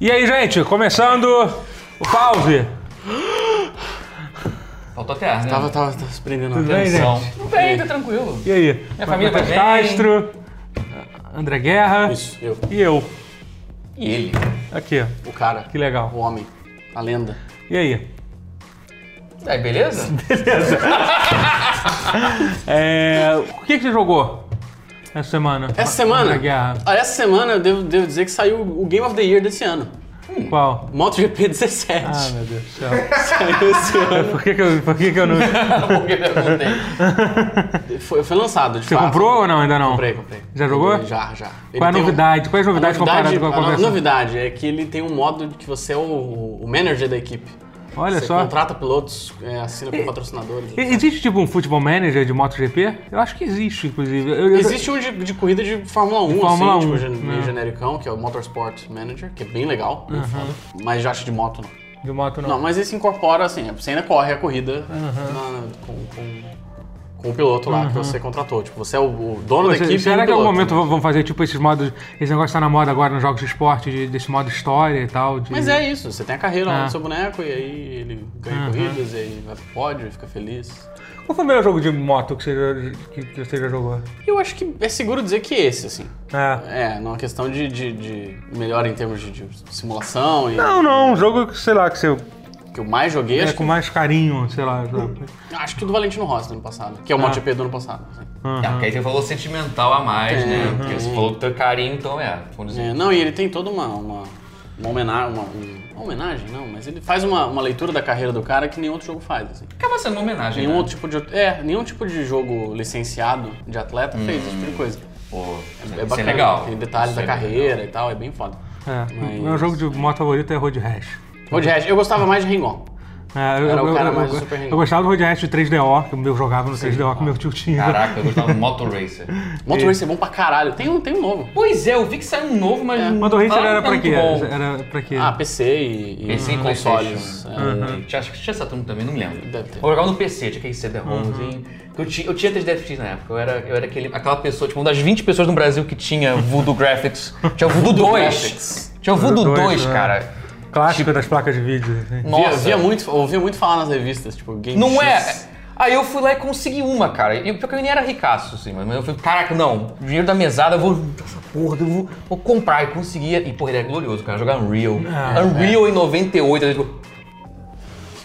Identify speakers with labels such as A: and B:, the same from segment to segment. A: E aí, gente, começando o pause.
B: Faltou até ar, né?
C: Tava, tava, tava se prendendo
A: Tudo
C: na
A: bem,
B: Não.
A: gente?
B: Não tem, tá tranquilo.
A: E aí?
B: Minha família
A: Matheus
B: tá bem.
A: Castro, André Guerra
C: Isso, eu.
A: e eu.
B: E ele?
A: Aqui,
C: O cara.
A: que legal.
C: O homem. A lenda.
A: E aí?
B: Aí, beleza?
A: É, o que, que você jogou essa semana?
C: Essa semana.
A: André Guerra.
C: Olha, essa semana eu devo, devo dizer que saiu o Game of the Year desse ano.
A: Qual?
C: MotoGP 17.
A: Ah, meu Deus do céu.
C: Saiu esse ano.
A: Por que, que, eu, por que, que eu não. Você
B: Porque eu não tenho.
C: Foi, foi lançado, de Você
A: Ah. comprou ou não? Ainda não?
C: Comprei, comprei.
A: Já jogou?
C: Já, já. Ele
A: Qual é a
C: tem um-
A: novidade? Quais
C: A
A: novidades comparadas
C: novidade,
A: com a
C: a no-
A: conversa?
C: novidade é que ele tem um modo de que você é o, o manager da equipe.
A: Olha
C: você
A: só.
C: contrata pilotos, é, assina com patrocinadores.
A: E- Existe tipo um futebol manager de MotoGP? Eu acho que existe, inclusive. Eu- eu-
C: Existe um de, de corrida de Fórmula 1,
A: Fórmula
C: assim,
A: 1,
C: tipo, gen- meio
A: né.
C: genericão, que é o Motorsport Manager, que é bem legal, bem foda. mas já acho de moto não.
A: De moto não.
C: Não, mas esse incorpora, assim, você ainda corre a corrida
A: Uhum.
C: na- com, com- com o piloto lá que você contratou. Tipo, você é o, o dono da
A: Você-
C: equipe e
A: será
C: o
A: que em algum
C: piloto.
A: momento vão vão fazer tipo esses modos. Esse negócio tá na moda agora nos jogos de esporte, de- desse modo história e tal. de-
C: Mas é isso, você tem a carreira lá
A: Ah.
C: do seu boneco e aí ele ganha
A: Uhum.
C: corridas e aí vai pro pódio e fica feliz.
A: Qual foi o melhor jogo de moto que você já, que, que você já jogou?
C: E eu acho que é seguro dizer que esse, assim.
A: É.
C: É, numa questão de, de, de melhor em termos de, de simulação e
A: Não, não, um jogo que, sei lá, que você.
C: que eu mais joguei,
A: É
C: acho,
A: com mais carinho, sei lá. sabe?
C: que, acho que o do Valentino Rossi do ano passado,
A: Ah.
C: que é o MotoGP do ano passado. assim.
B: Ah, porque aí tem um valor sentimental a mais, né? Porque você falou do teu carinho, então é. Vamos dizer.
C: É, não, e ele tem toda uma, uma, uma homenagem, uma, um- uma homenagem, não, mas ele faz uma, uma leitura da carreira do cara que nenhum outro jogo faz, assim.
B: Acaba sendo uma homenagem.
C: Nenhum
B: né?
C: outro tipo de, é, nenhum tipo de jogo licenciado de atleta fez esse tipo de coisa.
B: Pô,
C: É,
B: Hum, isso
C: bacana,
B: é legal.
C: tem detalhes
B: Isso
C: da
B: é
C: carreira e tal, é bem foda.
A: É.
C: Mas-
A: Meu jogo de moto favorito é Road Rash.
C: Road Rash, eu gostava mais de Ringon.
A: É, eu,
C: Era o
A: eu-
C: cara
A: eu-
C: mais
A: eu-
C: super
A: eu
C: rico.
A: gostava do Road Rash de 3DO, que eu jogava no 3DO que meu tio tinha.
B: Caraca, eu gostava do Motor Racer.
C: Motor Racer é bom pra caralho, tem um, tem um novo.
B: Pois é, eu vi que saiu um novo, mas. não
A: Motor Racer
B: falaram
A: era
B: que tá
A: pra quê?
B: muito bom.
A: Era pra quê?
C: um Ah, PC e, e
B: PC e
C: consoles.
B: consoles.
C: é.
B: Tinha, acho que tinha Saturno também, não me lembro.
C: Deve ter. Uhum.
B: Eu jogava no PC, tinha aquele CD-ROMzinho. Eu, ti- eu tinha 3DFX na época, eu era, eu era aquele, aquela pessoa, tipo, uma das 20 pessoas no Brasil que tinha Voodoo Graphics. Tinha o Voodoo 2.
C: Graphics.
B: Tinha o
A: Voodoo
B: Voodoo 2,
A: 2, né?
B: cara.
A: Clássico
C: tipo-
A: das placas de vídeo. assim.
C: Via,
B: Nossa.
C: via muito, ouvia muito falar nas revistas, tipo, Game
B: Não
C: X.
B: é? Aí eu fui lá e consegui uma, cara. E pior é que eu nem era ricaço, assim, mas eu falei, caraca, não, o dinheiro da mesada, eu vou. Essa porra, eu vou, vou comprar. E conseguia. E, porra, ele é glorioso, cara. Jogar Unreal.
A: Ah,
B: Unreal em 98. eu digo,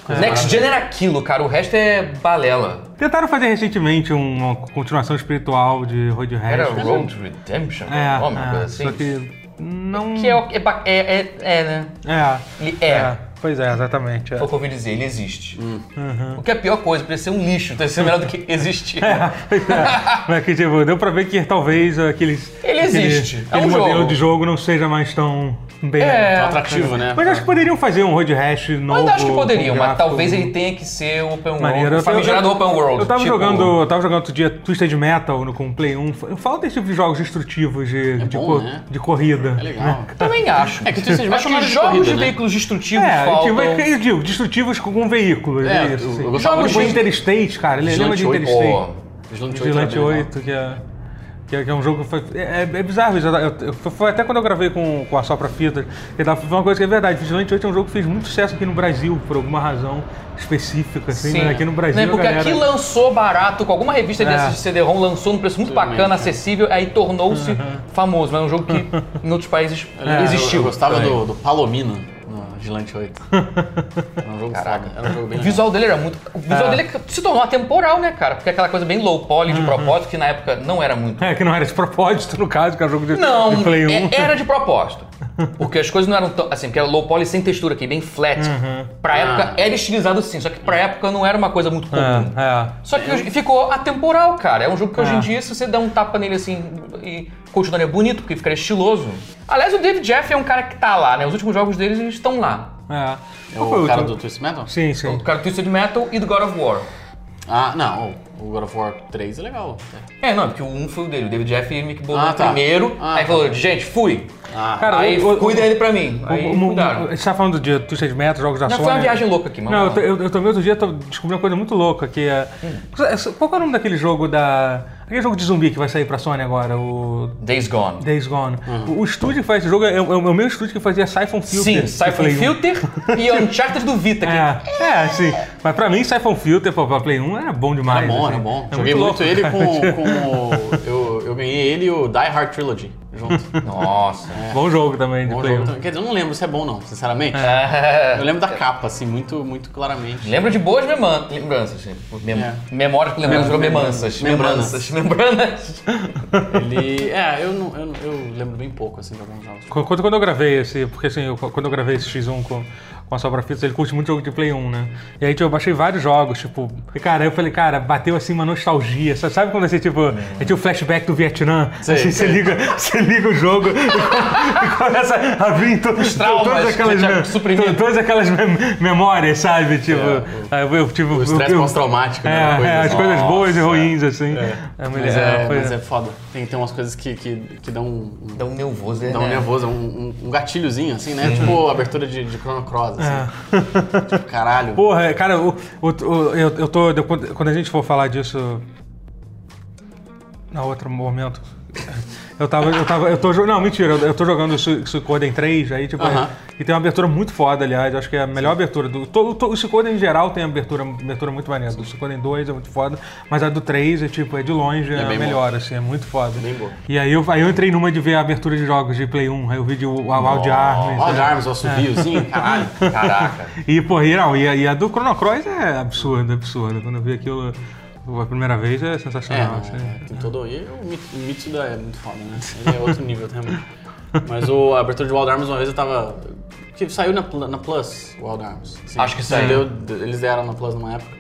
A: Ah.
B: Next Gen era aquilo, cara. O resto é balela.
A: Tentaram fazer recentemente um, uma continuação espiritual de Road Rash.
B: Era
A: assim.
B: Road Redemption,
A: É,
B: né? uma
A: é,
B: coisa assim.
A: só que não...
B: Que é, o- é, ba- é, é, é, né?
A: É,
B: Ele é.
A: é, pois é, exatamente. é.
B: Foi o que eu ouvi dizer, ele existe.
A: Uhum.
B: O que é a pior coisa, precisa ser um lixo, precisa ser melhor do que existir.
A: É. Mas que, tipo, deu pra ver que talvez aqueles...
B: Ele
A: aquele-
B: existe, é
A: Aquele
B: um
A: modelo
B: jogo.
A: de jogo não seja mais tão bem...
C: Tão
B: É.
C: atrativo, né?
A: Mas acho que poderiam fazer um Road Rash novo.
B: Eu acho que
A: com
B: poderiam, mas
A: gráfico
B: talvez ele tenha que ser open world.
A: Maneiro.
B: o famigerado
A: eu,
B: open world.
A: Eu tava,
B: tipo-
A: jogando, eu tava jogando outro dia Twisted Metal no, com o Play 1. Eu falo desse tipo de jogos destrutivos
B: É
A: de, de,
C: bom,
A: cor-
C: né?
A: de corrida.
C: É legal.
B: Também acho.
C: É que tu
B: acho que
C: chamado
B: os
C: de
B: jogos
C: corrida,
B: de
C: né?
B: veículos destrutivos
A: É, tipo,
B: faltam.
A: é que eu digo, destrutivos com, com veículos.
C: É,
A: é isso,
C: eu-
A: assim.
C: eu gostava
A: Jogos
C: muito
A: de
C: de-
A: Interstate, cara. Ele lembra de
C: Vigilante
A: Interstate?
C: Vigilante 8 era
A: Vigilante
C: bem legal.
A: 8, que é. Que é, que é um jogo. que Foi, é, é bizarro isso. Eu- eu- eu- foi até quando eu gravei com, com a Sopra Fita. que dava- Foi uma coisa que é verdade. Vigilante 8 é um jogo que fez muito sucesso aqui no Brasil, por alguma razão específica. Assim, né? Aqui no Brasil.
B: Né,
A: a
B: Porque
A: galera... É.
B: aqui lançou barato, com alguma revista dessas de CD-ROM, lançou num preço muito
C: é.
B: bacana, acessível, aí tornou-se
A: Uhum.
B: famoso. Mas é um jogo que em outros países
C: É,
A: É.
C: Eu-
B: existiu.
C: Eu gostava
B: também.
C: do, do Palomino no Vigilante 8. Era um jogo Caraca. Era um jogo bem
B: O
C: legal.
B: visual dele era muito. O visual
A: É.
B: dele é se tornou atemporal, né, cara? Porque aquela coisa bem low poly
A: Uhum.
B: de propósito, que na época não era muito.
A: É, que não era de propósito, no caso, que era um jogo de,
B: Não,
A: de Play 1.
B: é- era de propósito. Porque as coisas não eram tão. Assim, porque era low poly sem textura aqui, bem flat.
A: Uhum.
C: Ah.
B: Pra época era estilizado sim, só que pra época não era uma coisa muito comum.
A: É, é.
B: Só que hoje- ficou atemporal, cara. É um jogo que hoje
A: É.
B: em dia, se você der um tapa nele assim e continuar, é bonito, porque ficaria estiloso. Aliás, o David Jeff é um cara que tá lá, né? Os últimos jogos deles eles estão lá.
A: É.
C: É
A: Qual foi
C: o cara
A: último?
C: do Twist Metal?
A: Sim,
B: O
A: sim.
B: cara do Twisted Metal e do God of War.
C: Ah, não. O o God of War 3 é legal. até.
B: É, não, porque o um foi o dele. O David Jeff ele meio que bolou
C: Ah, tá.
B: o primeiro.
C: Ah,
B: aí
C: tá.
B: falou, gente, fui.
C: Ah,
A: Cara,
B: aí
A: o- o-
B: cuidem ele pra mim. Aí
A: O- o- o-
B: cuidaram.
A: a gente tá falando de Twisted Metal, jogos da
B: Já
A: Sony.
B: foi uma viagem louca aqui, mano.
A: Não, é
C: Hum.
A: eu, to- eu, eu também outro dia tô descobrindo uma coisa muito louca, que é... Qual que é o nome daquele jogo da... Aquele jogo de zumbi que vai sair pra Sony agora, o
B: Days Gone.
A: Days Gone.
C: Uhum.
A: O, o estúdio que faz esse jogo é, é o, é o mesmo estúdio que fazia Siphon Filter.
B: Sim,
A: que
B: Siphon
A: Play um.
B: Filter e Uncharted do Vita. que-
A: É, é, sim. Mas pra mim, Siphon Filter pra, pra Play 1 era bom demais.
C: Era bom,
A: assim.
C: era bom.
A: É
C: Joguei muito,
A: louco,
C: ele
A: cara.
C: com, com o- eu, eu ganhei ele e o Die Hard Trilogy junto.
B: Nossa.
A: Bom jogo também de
C: Bom
A: Play
C: jogo
A: 1.
C: também. Quer dizer, eu não lembro se é bom não, sinceramente.
A: É.
C: Eu lembro da capa, assim, muito, muito claramente.
B: Lembro de boas meman- lembranças. assim. Mem
C: É.
B: Memórias que lembramos,
C: Mem-
B: memanças.
C: membranas.
B: Membranas. Membranas.
C: Ele. É, eu, não, eu, não- eu lembro bem pouco, assim, de alguns jogos.
A: Qu- Quando, quando eu gravei esse, porque assim, eu- quando eu gravei esse X1 com, com a Sobra Fitas, ele curte muito jogo de Play 1, né? E aí, tipo, eu baixei vários jogos, tipo, e cara, eu falei, cara, bateu assim uma nostalgia. Sabe, sabe quando você, tipo, é tipo flashback do Vietnã?
C: Sei,
A: assim,
C: sei.
A: Você, liga, você liga o jogo e, co- e começa a vir to- to-
B: traumas
A: todas
B: que
A: aquelas,
B: você tinha
A: mem-
B: suprimido.
A: to- todas aquelas mem- memórias, sabe? Tipo, aí eu, eu, tipo,
C: O estresse
A: eu- eu-
C: pós-traumático,
A: É,
C: né?
A: é, as
C: coisas-
A: coisas boas e
B: Nossa.
A: ruins, assim. É, mas
C: Mas,
A: é,
C: é,
A: foi-
C: mas é foda. Tem, tem umas coisas que, que, que dão um,
B: Dá um nervoso, né?
C: dá um nervoso, um, um- um gatilhozinho, assim, né? Tipo a abertura de, de Chrono Cross, assim. Tipo, caralho.
A: Porra, é, cara, o, o- o- eu, eu tô. de- quando quando a gente for falar disso. Na outro momento. Eu tava. Eu tava. Eu tô, jo- não, mentira, eu, eu tô jogando o Su- Suicoden 3, aí, tipo.
C: Aham.
A: E tem uma abertura muito foda, aliás. eu Acho que é a melhor abertura do. To, to, o Suicoden em geral tem abertura, abertura muito maneira. Do Suicoden 2 é muito foda. Mas a do 3 é tipo, é de longe, é, a
C: bem boa.
A: melhor, assim, é muito foda.
C: Bem boa.
A: E aí eu, aí eu entrei numa de ver a abertura de jogos de Play 1, aí eu vi de o- a Wild Arms.
C: Olha o Arms, o assobiozinho, um caralho.
B: Caraca.
A: E, porra, e, não, e, a, e a do Chrono Cross é absurda, absurda. Quando eu vi aquilo a primeira vez é
C: É,
A: sensacional.
C: não,
A: assim.
C: é, tem todo. E o Mi- o Mitsuda é muito foda, né? Ele é outro nível também. Mas o a abertura de Wild Arms, uma vez eu tava. Que saiu na, Pl- na Plus, Wild Arms. Assim,
B: Acho que saiu.
C: deu- eles deram na Plus numa época.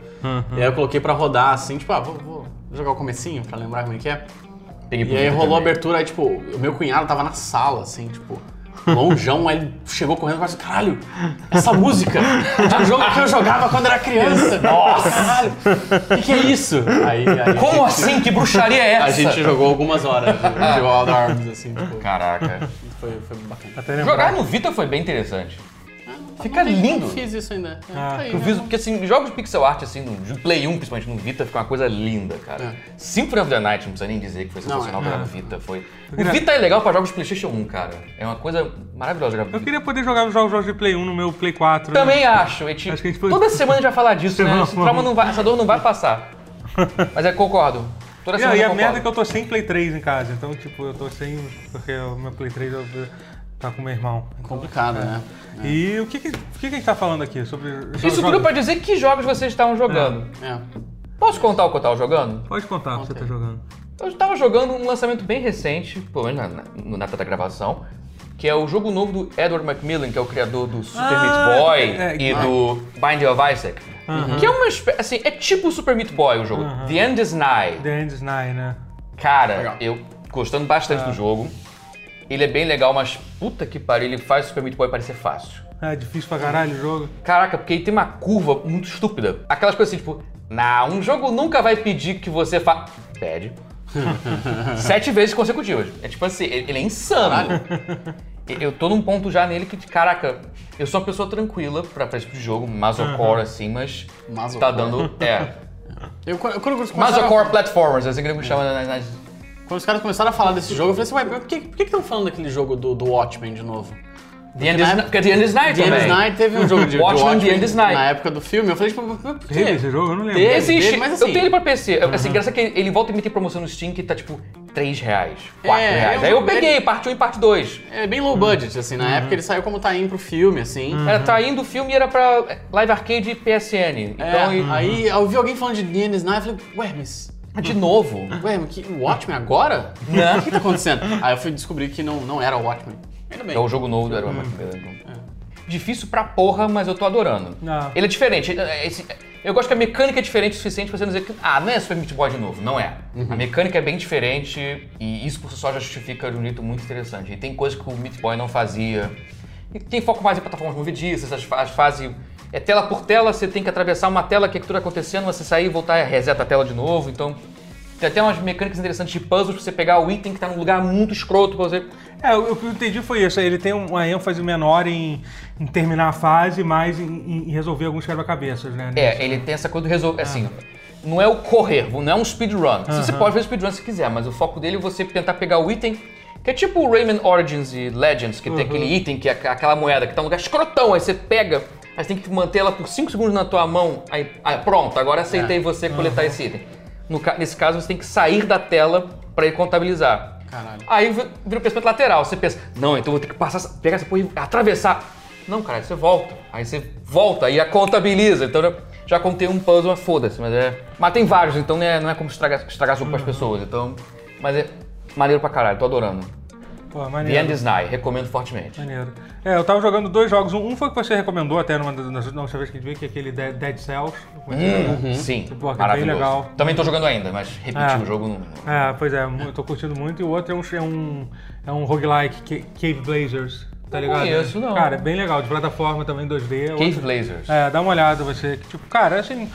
C: E aí eu coloquei pra rodar assim, tipo, ah, vou, vou jogar o comecinho pra lembrar como é que é.
B: Peguei pro
C: E aí
B: Vita
C: rolou a
B: também.
C: abertura, aí tipo, o meu cunhado tava na sala, assim, tipo, longeão, aí ele chegou correndo e falou assim, caralho, essa música de um jogo que eu jogava quando era criança. Nossa, caralho, o que, que é isso? Aí, aí
B: Como assim? Ah. Que bruxaria é essa?
C: a gente jogou algumas horas de, de Wild Arms, assim, tipo,
B: Caraca.
C: foi, foi bacana.
A: Até lembrar.
B: Jogar no Vita foi bem interessante. Fica
C: Não tem-
B: lindo.
C: Não fiz isso ainda. É,
A: Ah.
C: tá aí,
B: Eu
C: né?
B: vi- porque assim, jogos pixel art, assim, no de Play 1, principalmente no Vita, fica uma coisa linda,
A: É.
B: cara. Symphony of the Night, não precisa nem dizer que foi
C: Não,
B: sensacional
C: é.
B: jogar no Vita. Foi... O Vita é legal pra jogos PlayStation 1, cara. É uma coisa maravilhosa jogar no
A: Eu
B: Vita.
A: queria poder jogar os jogos jogos de Play 1 no meu Play 4. né?
B: Também acho. A gente,
A: Acho que a gente foi-
B: toda semana a gente vai falar disso, né?
A: Semana,
B: Esse trauma não vai, essa dor não vai passar. Mas é, concordo. Toda
A: E, a-
B: semana
A: e
B: eu
A: a
B: concordo.
A: merda é que eu tô sem Play 3 em casa. Então, tipo, eu tô sem. Porque o meu Play 3 eu- tá com meu irmão.
C: Complicado, né?
A: E o que, que, o que que a gente tá falando aqui? Sobre. sobre
B: É. Isso tudo
A: jogos?
B: pra dizer que jogos vocês estavam jogando.
C: É.
B: Posso contar o que eu tava jogando?
A: Pode contar o que você tá jogando.
B: Eu tava jogando um lançamento bem recente, pelo menos na, na, no- na data da gravação, que é o jogo novo do Edward Macmillan, que é o criador do Super
A: Ah,
B: Meat Boy
A: é, Uhum.
B: e
A: ah.
B: do Binding of Isaac. Que é uma espécie. Assim, é tipo o Super Meat Boy o jogo.
A: Uhum.
B: The End is Nigh.
A: The End's Nine, né?
B: Cara,
C: Legal.
B: eu gostando bastante do jogo. Ele é bem legal, mas puta que pariu, ele faz o Super Meat Boy parecer fácil.
A: É difícil pra caralho o jogo.
B: Caraca, porque ele tem uma curva muito estúpida. Aquelas coisas assim, tipo, não, um jogo nunca vai pedir que você fa... Pede. Sete vezes consecutivas. É tipo assim, ele ele é insano. E- Eu tô num ponto já nele que, caraca, eu sou uma pessoa tranquila pra, pra esse tipo de jogo, masocore assim, mas tá
C: Masocore.
B: dando... É,
C: Eu, quando, quando eles começaram a-
B: masocore platformers, é assim que ele me chama nas... nas-
C: Quando os caras começaram a falar desse jogo, eu falei assim, ué, mas por que por que estão falando daquele jogo do, do Watchmen de novo?
B: The End is, porque The End is Night
C: The End
B: também.
C: is Night teve um jogo de de
B: Watchmen, The End is Night.
C: na época do filme. Eu falei, tipo, mas por
A: Teve
C: quê?
A: esse jogo? Eu não lembro.
C: Teve.
B: Existe,
C: dele, mas assim-
B: eu tenho ele pra PC. Eu- Assim, graças a que ele volta e me tem promoção no Steam que tá tipo 3 reais, 4
C: É,
B: reais.
C: é um
B: Aí eu
C: jogo-
B: peguei, parte 1 e parte 2.
C: É bem low budget, assim, na época ele saiu como tá indo pro filme, assim.
B: Era tá indo o filme e era pra Live Arcade e PSN.
C: É,
B: Então, e-
C: aí eu vi alguém falando de The End is Night, eu falei, ué, mas...
B: de novo.
C: Ué, mas que Watchmen agora?
B: Né?
C: O que tá acontecendo? Aí eu fui descobrir que não, não era Watchmen. Ainda bem.
B: É o jogo novo do Arrow Difícil pra porra, mas eu tô adorando.
A: Ah.
B: Ele é diferente. ele- é- esse- eu gosto que a mecânica é diferente o suficiente pra você não dizer que. Ah, não é Super Meat Boy de novo. Não é. A mecânica é bem diferente e isso por si só já justifica de um jeito muito interessante. E tem coisas que o Meat Boy não fazia. E tem foco mais em plataformas movediças, as, fa- as fases. É tela por tela, você tem que atravessar uma tela que é tudo acontecendo, você sair e voltar e reseta a tela de novo. Então. Tem até umas mecânicas interessantes de puzzles pra você pegar o item que tá num lugar muito escroto pra você.
A: É, o o que eu entendi foi isso. Ele tem um, uma ênfase menor em, em terminar a fase, mais em, em- em resolver alguns quebra-cabeças, né?
B: É, ele tem essa coisa do resolver. Assim, não é o correr, não é um speedrun. Você pode fazer speedrun se quiser, mas o foco dele é você tentar pegar o item, que é tipo o Rayman Origins e Legends, que tem aquele item, que é aqu- aquela moeda que tá num lugar escrotão, aí você pega, aí você tem que manter ela por 5 segundos na tua mão, aí ah, pronto, agora aceitei você coletar esse item. No ca- nesse caso, você tem que sair da tela pra ele contabilizar.
C: Caralho.
B: Aí vi- vira o pensamento lateral. Você pensa, não, então eu vou ter que passar, essa- pegar essa porra e atravessar. Não, cara, você volta. Aí você volta e a contabiliza. Então já, já contei um puzzle, mas foda-se. Mas, é, mas tem vários, então não é, não é como estragar, estragar jogo
A: Uhum.
B: pras pessoas. Então, mas é maneiro pra caralho, tô adorando.
A: Pô,
B: The End
A: maneiro.
B: is Nigh, recomendo fortemente.
A: Maneiro. É, eu tava jogando dois jogos. Um um foi que você recomendou até numa das na última vez que a gente veio, que é aquele Dead Dead Cells. né?
B: Hum. Sim,
A: Uhum. Pô, que bem
B: maravilhoso.
A: legal.
B: Também tô jogando ainda, mas repeti
A: É.
B: o jogo. Não...
A: É, pois é, mu- eu tô curtindo muito. E o outro é um, é um, é um roguelike, Ca- Cave Blazers, tá
B: Não
A: ligado?
B: conheço, não.
A: Cara, é bem legal, de plataforma também, 2D.
B: Cave
A: outro-
B: Blazers.
A: É, dá uma olhada você. que, Tipo, cara, assim,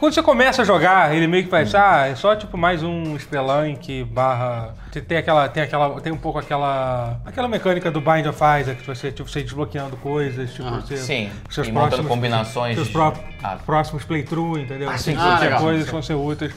A: quando você começa a jogar, ele meio que parece, ah, é só tipo mais um Spelunk barra. Tem- Tem aquela, tem aquela, tem um pouco aquela, aquela mecânica do Bind of Isaac, que você, tipo, você ir desbloqueando coisas, tipo, você,
B: Ah, sim,
A: seus
B: e montando
A: próximos,
B: combinações
A: seus
B: de-
A: pró
B: Ah.
A: próximos playthrough, entendeu?
B: Ah, sim,
A: Tipo,
B: ah,
A: que
C: legal.
A: coisas vão ser úteis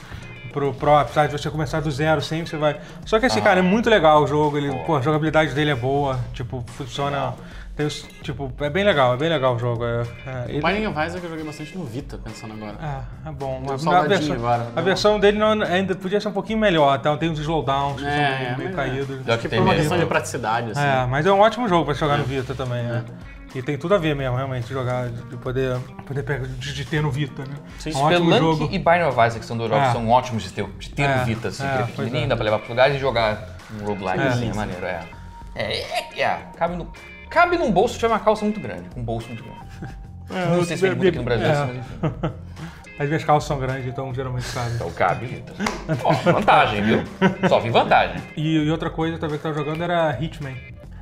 A: pro pro apesar de você começar do zero sempre você vai só
B: Ah.
A: que esse cara é muito legal o jogo ele pô, a jogabilidade dele é boa tipo funciona tem os- tipo é bem legal é bem legal o jogo é, é, ele-
C: Binding of Isaac eu joguei bastante no Vita, pensando agora.
A: é, é bom. mas a
C: saudadinha
A: versão,
C: agora,
A: a
C: deu
A: versão dele não- ainda podia ser um pouquinho melhor, tá? Tem uns slowdowns que
C: É,
A: são
C: é,
A: meio, meio
C: mas é.
A: caídos.
B: Já
C: Acho que
B: Tem
C: por uma
B: mesmo.
C: questão de praticidade, assim.
A: É, mas é um ótimo jogo pra jogar no Vita também, né? E tem tudo a ver mesmo, realmente, jogar, de de poder, poder pegar, de, de ter no Vita, né? É um ótimo
B: Spelunk
A: jogo.
B: e Binding of Isaac são dois jogos
A: É.
B: que são ótimos de ter, de ter
A: É,
B: no Vita, assim,
A: é,
B: que ele é
A: pois
B: pequenininho,
A: é.
B: dá pra levar pro lugar e jogar um roguelike,
A: É.
B: assim, é maneiro, é. É, é, é, cabe, no, cabe num bolso, se tiver uma calça muito grande, um bolso muito grande. não sei se vende muito aqui no Brasil,
A: É.
B: mas enfim,
A: As minhas calças são grandes, então geralmente cabe.
B: então cabe, Vitor. Ó, vantagem, viu? Só vi vantagem.
A: E, e outra coisa também que eu tava jogando era Hitman.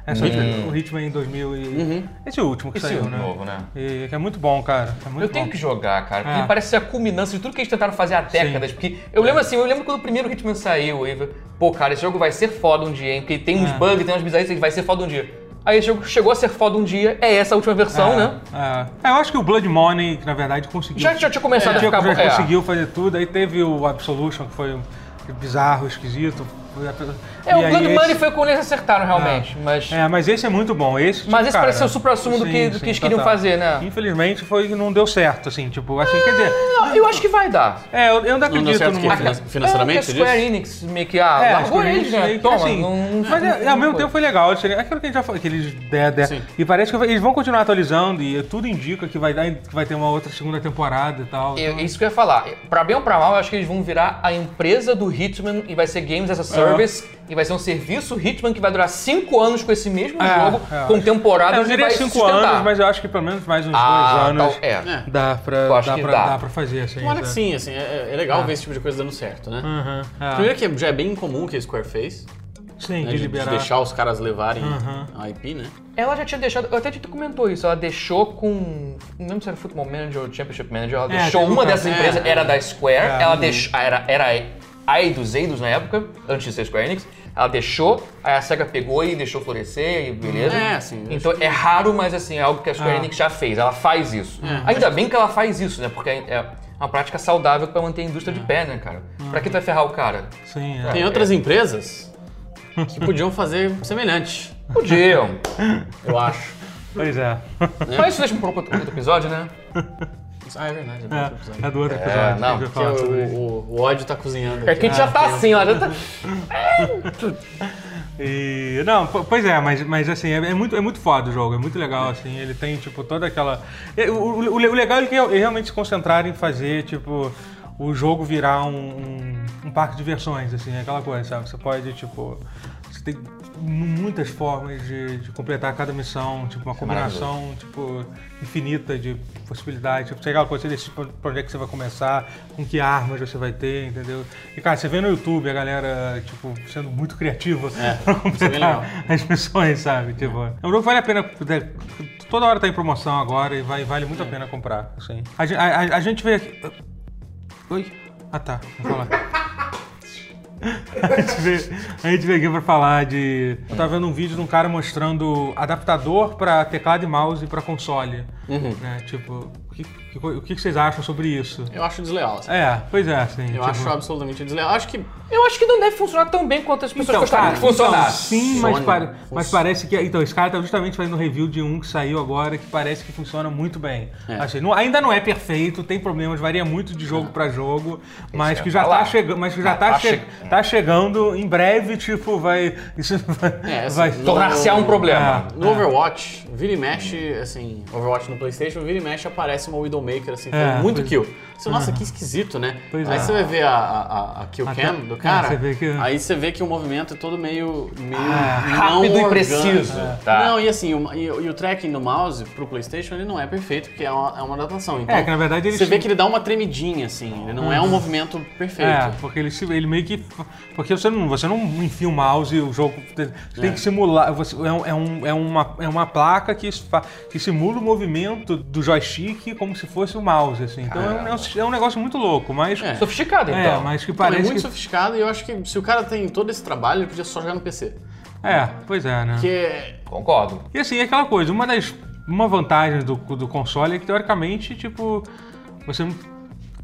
A: Essa última- o Hitman em 2000 e... Esse último que
B: Esse
A: saiu,
B: jogo
A: né?
B: novo, né?
A: E, que é muito bom, cara. É muito
B: eu tenho
A: bom.
B: que jogar, cara, porque
A: É.
B: ele parece ser a culminância de tudo que eles tentaram fazer há décadas. Porque eu lembro assim, eu lembro quando o primeiro Hitman saiu, eu pô, cara, esse jogo vai ser foda um dia, hein? Porque tem uns
A: É.
B: bugs, tem umas bizarrices, vai ser foda um dia. Aí esse jogo chegou a ser foda um dia, é essa a última versão,
A: É,
B: né?
A: é. É, eu acho que o Blood Money, que na verdade, conseguiu.
B: Já, já tinha
A: É,
B: começado a ficar bom.
A: já
B: é.
A: conseguiu fazer tudo, aí teve o Absolution, que foi um bizarro, esquisito. foi a-
B: É, o
A: e aí
B: Blood
A: esse-
B: Money foi quando eles acertaram realmente, mas...
A: É, mas esse é muito bom. Esse, tipo,
B: Mas esse
A: cara,
B: pareceu o supra-sumo do que- do que eles queriam fazer, né?
A: Infelizmente foi não deu certo, assim, tipo, assim, quer dizer.
B: Não, eu acho que vai dar.
A: É, eu, eu ainda
C: Não deu
A: acredito
C: certo
A: no
C: que finan-
B: é,
C: financeiramente,
B: porque a
C: você
B: Square
C: disse?
B: Enix meio que ah, largou
A: acho que
B: eles, né?
A: É, meio que
B: Toma,
A: assim.
B: não-
A: mas é, ao mesmo
B: foi.
A: tempo foi legal. eles terem- Aquilo que a gente já falou, aqueles ideia, ideia.
C: Sim.
A: E parece que eles vão continuar atualizando e tudo indica que vai, dar, que vai ter uma outra segunda temporada e tal.
B: Eu- isso que eu ia falar. Pra bem ou pra mal, eu acho que eles vão virar a empresa do Hitman e vai ser Games as a Service. E vai ser um serviço Hitman que vai durar cinco anos com esse mesmo
A: É,
B: jogo,
A: é.
B: com temporadas
A: É, eu
B: e
A: diria
B: vai
A: cinco
B: sustentar.
A: anos, mas eu acho que pelo menos mais uns
B: Ah,
A: dois anos
B: tal- é.
C: É.
A: dá, pra,
B: Eu acho
A: dá,
B: que
A: pra,
B: dá.
A: dá pra fazer. Assim,
C: Tomara que
A: sabe?
C: sim, assim, é, é legal ver esse tipo de coisa dando certo, né?
A: Aham, é.
C: Primeiro que já é bem incomum que a Square fez,
A: Sim,
C: né,
A: de
C: de, de
A: liberar.
C: deixar os caras levarem a IP, né?
B: Ela já tinha deixado, eu até te comentou isso, ela deixou com, não lembro se era Football Manager ou Championship Manager, ela
A: É,
B: deixou
A: teve
B: uma
A: um
B: dessas
A: caso.
B: empresas,
C: É,
B: era da Square,
A: É.
B: ela deixou, era, era a Eidos, Eidos na época, antes de ser Square Enix, ela deixou, aí a SEGA pegou e deixou florescer e beleza.
C: É, assim,
B: Então é raro, mas assim, é algo que a Square
A: Ah. É.
B: Enix já fez, ela faz isso. Ainda bem que ela faz isso, né, porque é uma prática saudável pra manter a indústria
A: É.
B: de pé, né, cara?
A: Ah.
B: Pra que tu vai ferrar o cara?
A: Sim, é.
C: Tem outras empresas que podiam fazer semelhante,
B: Podiam.
C: eu acho.
A: Pois é.
B: Mas isso deixa pra um outro outro episódio, né?
C: Ah, é verdade, é
A: É,
C: outro episódio.
A: é né? do outro episódio.
B: não,
A: que a gente vai
C: Porque
A: falar sobre
C: o,
A: isso.
C: o- o ódio tá cozinhando.
B: É que a gente já tá
A: Ah,
B: assim, ó, já tá...
A: E, não, po- pois é, mas, mas assim, é, é muito, é muito foda o jogo, é muito legal, assim, ele tem, tipo, toda aquela... é, O, o- o legal é que eles realmente se concentraram em fazer, tipo, o jogo virar um, um, um parque de diversões, assim, é aquela coisa, sabe? Você pode, tipo, você tem muitas formas de, de completar cada missão, tipo,
B: É
A: uma combinação, tipo, infinita de possibilidades, tipo, tem aquela coisa, você decide pra- pra onde é que você vai começar, com que armas você vai ter, entendeu? E, cara, você vê no YouTube a galera, tipo, sendo muito criativa pra completar
C: legal.
A: as missões, sabe? Tipo, é um jogo que vale a pena. né, Toda hora tá em promoção agora e vai- vale muito a pena comprar. Assim. A, gen- a- a- a gente veio aqui. Oi? Ah tá, vou falar. A gente, veio, a gente veio aqui pra falar de. Eu tava vendo um vídeo de um cara mostrando adaptador pra teclado e mouse pra console. Né? Tipo, que, que co- o que vocês acham sobre isso?
C: Eu acho desleal, assim.
A: É, pois é, assim.
C: Eu
A: tipo-
C: acho absolutamente desleal. Acho que
B: Eu acho que não deve funcionar tão bem quanto as pessoas gostariam
A: cara,
B: que funcionasse.
A: então, sim, mas,
C: Funciona.
A: pare- mas parece que. Então, esse cara tá justamente fazendo review de um que saiu agora que parece que funciona muito bem.
C: É.
A: Assim, não- ainda não é perfeito, tem problemas, varia muito de jogo pra jogo, mas
B: é
A: que, já tá
B: falar.
A: chegando, mas que já
B: Ah,
A: tá,
B: tá
A: che-
B: che-
A: tá chegando em breve, tipo, vai. Isso vai.
C: É,
A: vai-
C: assim, não-
B: Tornar-se á um problema.
A: É.
C: no Overwatch, vira e mexe, assim, Overwatch no Playstation, vira e mexe aparece uma Widowmaker, assim,
A: É,
C: fazendo muito
A: pois-
C: kill. Você, nossa, que esquisito, né?
A: Pois
C: aí
A: é.
C: você vai ver a, a, a kill
A: Até-
C: cam do
A: é,
C: cara,
A: você vê que- Ah,
C: aí você vê que o movimento é todo meio, meio não
B: Rápido e
C: orgânico.
B: preciso. Tá.
C: Não, e assim, o, e, e o tracking do mouse pro Playstation, ele não é perfeito, porque é uma, é uma adaptação. Então,
A: É, que na verdade ele
C: você vê
A: tinha-
C: que ele dá uma tremidinha, assim, ele não é um movimento perfeito.
A: É, porque ele, se- ele meio que. Porque você não, você não enfia o mouse e o jogo. Você tem que simular. Você, é, um- é um- é uma, é uma placa que, fa- que simula o movimento do joystick como se fosse o mouse, assim. Então é um, é um- é um negócio muito louco, mas.
C: É.
B: Sofisticado,
A: é,
B: então.
A: mas que
C: Então, é
A: parece.
C: muito
A: que-
C: sofisticado e eu acho que se o cara tem todo esse trabalho, ele podia só jogar no PC.
A: É, pois é, né?
C: Porque
B: Concordo.
A: E assim, é aquela coisa, uma das. Uma vantagem do, do console é que, teoricamente, tipo, você não.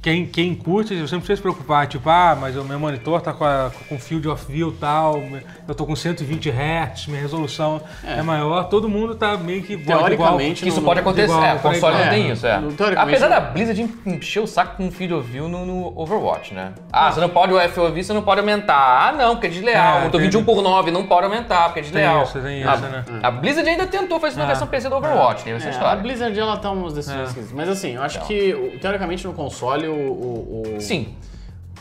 A: Quem, quem curte, você não precisa se preocupar, tipo, ah, mas o meu monitor tá com, a, com field of view tal, eu tô com 120 Hz, minha resolução é, maior, todo mundo tá meio que bota
C: Teoricamente,
B: Isso
C: não-
B: pode
C: não-
B: acontecer.
A: igual,
B: é, o
A: pra
B: console
A: igual.
B: não
C: É,
B: tem isso, é.
C: no- teoricamente,
B: Apesar
C: não-
B: da Blizzard en- encher o saco com field of view no, no Overwatch, né? Ah, você não pode o FOV, você não pode aumentar. Ah, não, porque é desleal.
A: É,
B: eu tô
A: tem-
B: 21 por 9, não pode aumentar, porque é desleal.
A: isso, tem
B: a,
A: isso, né? Ah.
B: a Blizzard ainda tentou fazer isso na versão PC do Overwatch, tem essa
C: É, a
B: história.
C: Blizzard ela tá umas decisões esquisitas. Mas assim, eu acho que o- teoricamente no console o, o- o-
B: Sim.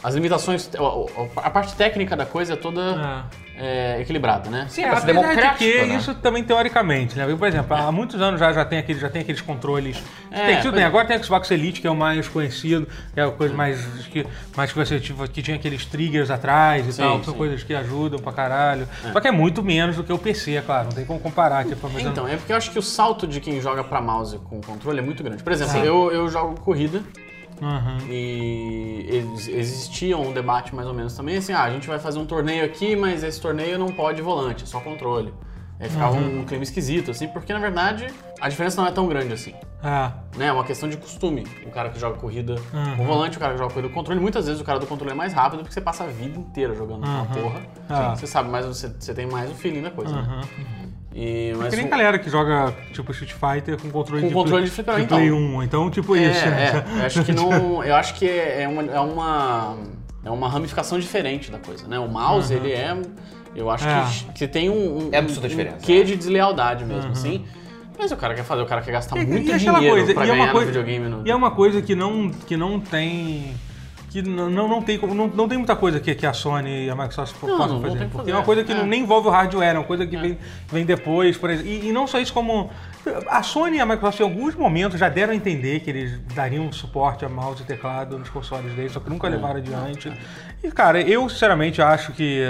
C: as limitações, o- o- a parte técnica da coisa é toda é, equilibrada, né?
B: Sim,
A: É,
B: é,
A: a
B: pra ser
A: verdade é
B: democrático,
A: que
B: né?
A: isso também teoricamente, né? Por exemplo, há muitos anos já, já, tem, aquele, já tem aqueles controles.
C: É,
A: tem, tudo
C: pois
A: bem.
C: é.
A: Agora tem o Xbox Elite, que é o mais conhecido, que é a coisa mais que, mais que você tipo, que tinha aqueles triggers atrás e
C: Sim,
A: tal, que são
C: sim.
A: coisas que ajudam pra caralho. Só que é muito menos do que o PC, é claro, não tem como comparar. Tipo, mas eu não-
C: Então, é porque eu acho que o salto de quem joga pra mouse com controle é muito grande. Por exemplo, eu, eu jogo corrida
A: Aham.
C: e ex- existia um debate mais ou menos também, assim, ah, a gente vai fazer um torneio aqui, mas esse torneio não pode volante, é só controle. Aí ficava um, um clima esquisito, assim, porque na verdade a diferença não é tão grande assim.
A: Ah,
C: né? É uma questão de costume. O cara que joga corrida
A: Uhum.
C: com volante, o cara que joga corrida com controle. Muitas vezes o cara do controle é mais rápido porque você passa a vida inteira jogando uma porra.
A: Ah. Uhum.
C: Sim, Você sabe mais, você, você tem mais o feeling da coisa, né? E, mas
A: É que nem tá
C: o-
A: galera que joga, tipo, Street Fighter com controle
C: Com
A: de,
C: controle
A: play,
C: de fliperama,
A: de
C: então.
A: Play 1. Então, tipo
C: é,
A: isso. né?
C: é, eu acho que não. Eu acho que é é uma. É uma, é uma ramificação diferente da coisa, né? O mouse, ele é. Eu acho
A: Uhum. É.
C: que, que tem um, um,
B: É absurda a
C: um
B: diferença.
C: quê de deslealdade mesmo, assim. Mas o cara quer fazer, o cara quer gastar
A: Uhum. E-
C: muito
A: e aquela
C: dinheiro
A: coisa,
C: pra
A: e é uma
C: ganhar
A: coisa-
C: no videogame. né? No...
A: E é uma coisa que não, que não tem. Que não, não, não tem, como- não, não tem muita coisa que, que a Sony e a Microsoft po-
C: Não,
A: possam
C: não
A: fazer.
C: tem o que
A: porque
C: fazer.
A: é uma coisa que
C: É.
A: não- nem envolve o hardware, é uma coisa que vem, vem depois, por exemplo. E, e não só isso, como. A Sony e a Microsoft em alguns momentos já deram a entender que eles dariam um suporte a mouse e teclado nos consoles deles, só que nunca levaram adiante. E, cara, eu sinceramente acho que.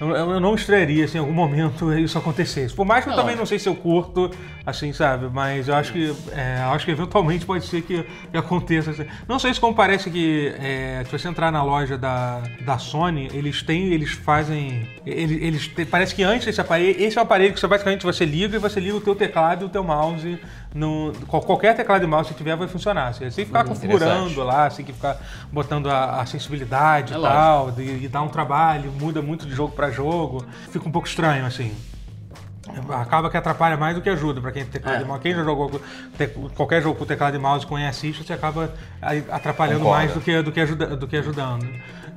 A: Eu, eu não estrearia se em algum momento isso acontecesse. Por mais que eu também não sei se eu curto, assim, sabe? Mas eu acho que, é, eu acho que eventualmente pode ser que, que aconteça. assim. Não sei se como parece que é, se você entrar na loja da, da Sony, eles têm, eles fazem, eles, eles têm- parece que antes esse aparelho, esse é um aparelho que você basicamente você liga e você liga o teu teclado e o teu mouse no qual- qualquer teclado e mouse que tiver vai funcionar. Assim, você tem que ficar
C: Hum,
A: configurando lá, você tem que ficar botando a, a sensibilidade
C: É
A: e
C: lógico.
A: tal tal, de- e dá um trabalho, muda muito de jogo pra jogo, fica um pouco estranho assim. Acaba que atrapalha mais do que ajuda pra quem tem teclado
C: É.
A: e mouse. Quem já jogou com te- qualquer jogo com teclado e mouse conhece isso, você acaba aí atrapalhando
B: Concordo.
A: mais do que, do que, ajuda- do que ajudando.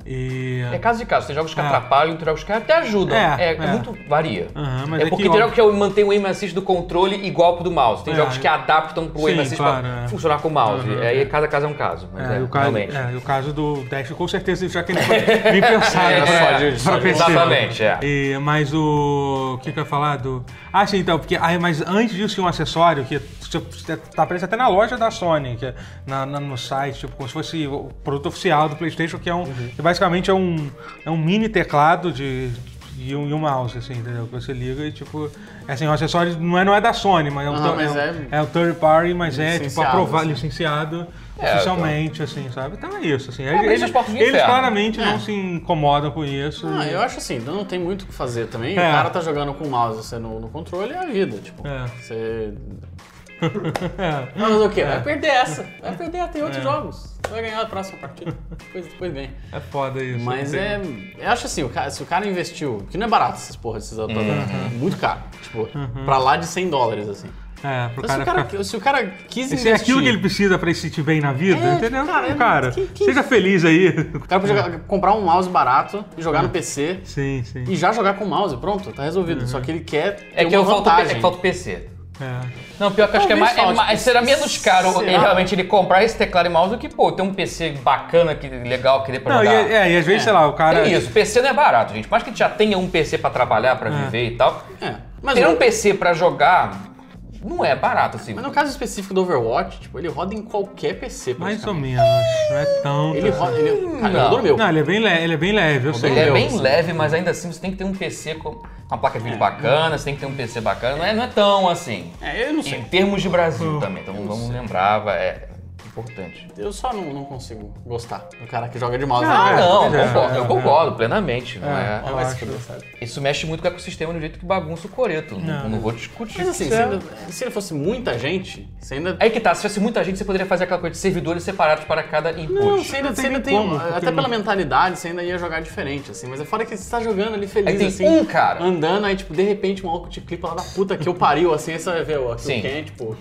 A: E.
B: É caso de caso. Tem jogos que
A: É.
B: atrapalham, tem jogos que até ajudam.
A: É,
B: É, é,
A: é.
B: muito. varia.
A: Aham, mas
B: é
A: é
B: porque
A: que
B: tem
A: ó-
B: jogos que eu mantenho o aim assist do controle igual pro do mouse. Tem
A: É,
B: jogos que
A: eu-
B: adaptam pro aim
A: Sim,
B: assist
A: claro,
B: pra
A: é.
B: funcionar com o mouse.
A: Aham,
B: Aí cada caso é um caso. Mas é,
A: É, e o caso,
B: realmente.
A: é, e o caso do Dash, com certeza, já que ele foi bem pensado.
B: É,
A: pra-
B: só de-
A: pra
B: só de-
A: PC.
B: exatamente, é.
A: E- mas o. O que, que eu ia falar do. Ah, sim, então, porque. Ah, mas antes disso tinha um acessório que você- você tá aparece até na loja da Sony, que é na, na- no site, tipo, como se fosse o produto oficial do Playstation, que é um.
B: Uhum.
A: Que basicamente é um, é um mini teclado de. E um, e um mouse, assim, entendeu? Que você liga e, tipo... É assim, o acessório não é, não é da Sony, mas é um,
C: Aham,
A: th-
C: mas
A: é,
C: é-
A: um- é um third party, mas é, tipo,
C: Licenciado,
A: aprovado,
C: assim.
A: licenciado
B: É,
A: oficialmente, assim, sabe? Então é isso, assim.
B: mas
A: eles
B: as portas do
A: eles
B: inferno.
A: claramente
C: É.
A: não se incomodam com isso.
C: Ah,
A: e-
C: eu acho assim, não tem muito o que fazer também.
A: É.
C: O cara tá jogando com o mouse você no, no controle, é a vida, tipo.
A: É.
C: Você. Vai fazer o quê? Vai perder essa. Vai perder, tem outros jogos. Vai ganhar a próxima partida. Depois, depois ganha.
A: É foda isso.
C: Mas
A: não tem.
C: é. Eu acho assim, o cara- se o cara investiu. Que não é barato essas porra desses
A: Uhum.
C: autogramas. é Muito caro. Tipo, pra lá de 100 dólares, assim.
A: É, pro
C: Então, se,
A: Uhum. cara
C: o cara,
A: ficar...
C: se o cara quis
A: Se
C: investir.
A: é aquilo que ele precisa pra ele se sentir bem na vida,
C: É,
A: entendeu?
C: cara, é-
A: Cara, cara
C: que- que
A: seja
C: isso?
A: feliz aí.
C: O cara podia
A: É.
C: jogar- comprar um mouse barato e jogar no PC.
A: Sim, sim.
C: E já jogar com o mouse, pronto, tá resolvido.
A: Uhum.
C: Só que ele quer ter
B: É que,
C: uma
B: eu falta, o P- é
C: vantagem.
B: que falta o PC.
A: É.
B: Não, pior que eu acho que é
C: Talvez
B: mais, é
C: falte,
B: mais- será menos caro
C: será?
B: ele realmente ele comprar esse teclado e mouse do que, pô, ter um PC bacana, que, legal, que dê pra
A: Não, e,
B: jogar.
A: é, e às vezes, sei lá, o cara.
B: É isso, PC não é barato, gente. Mas que já tenha um PC pra trabalhar, pra viver e tal.
C: É. Mas,
B: Ter
C: no,
B: um PC pra jogar não é barato, assim.
C: mas no caso específico do Overwatch, tipo, ele roda em qualquer PC,
A: Mais
C: praticamente.
A: ou menos. Não é tão.
C: Ele roda. Ele, cara, ele
B: Não.
C: rodou no meu.
A: Não, ele é bem leve, ele é bem leve, eu sei.
B: Ele é
C: Meu,
B: bem
C: sim.
B: leve, mas ainda assim você tem que ter um PC com uma placa de vídeo bacana, você tem que ter um PC bacana. Não é, não é tão assim.
C: É, eu não
B: Em
C: sei.
B: termos de Brasil também, então vamos lembrar, vai- é importante.
C: Eu só não, não consigo gostar do cara que joga de mouse.
A: Ah,
B: Ah,
A: é,
B: não,
A: pois é,
B: concordo,
A: é,
B: eu
A: é.
B: concordo plenamente. Não é,
C: Não vai se fuder, sabe?
B: Isso mexe muito com o ecossistema do jeito que bagunça o coreto. Não, não vou discutir.
C: Mas assim, se,
B: Isso é-
C: ainda- se ele fosse muita gente, você ainda.
A: É,
B: Aí que tá, se tivesse muita gente, você poderia fazer aquela coisa de servidores separados para cada input.
C: Não, você ainda,
A: não
C: você
A: tem
C: ainda
A: nem
C: tem.
A: como, porque
C: até
A: não-
C: pela mentalidade, você ainda ia jogar diferente, assim. Mas é fora que você tá jogando ali feliz,
B: Aí tem
C: assim.
B: um cara.
C: Andando, aí, tipo, de repente, um maluco te clipa lá da puta que eu pariu, assim, aí você vai ver, ó, aqui
B: Sim.
C: o Ken, tipo.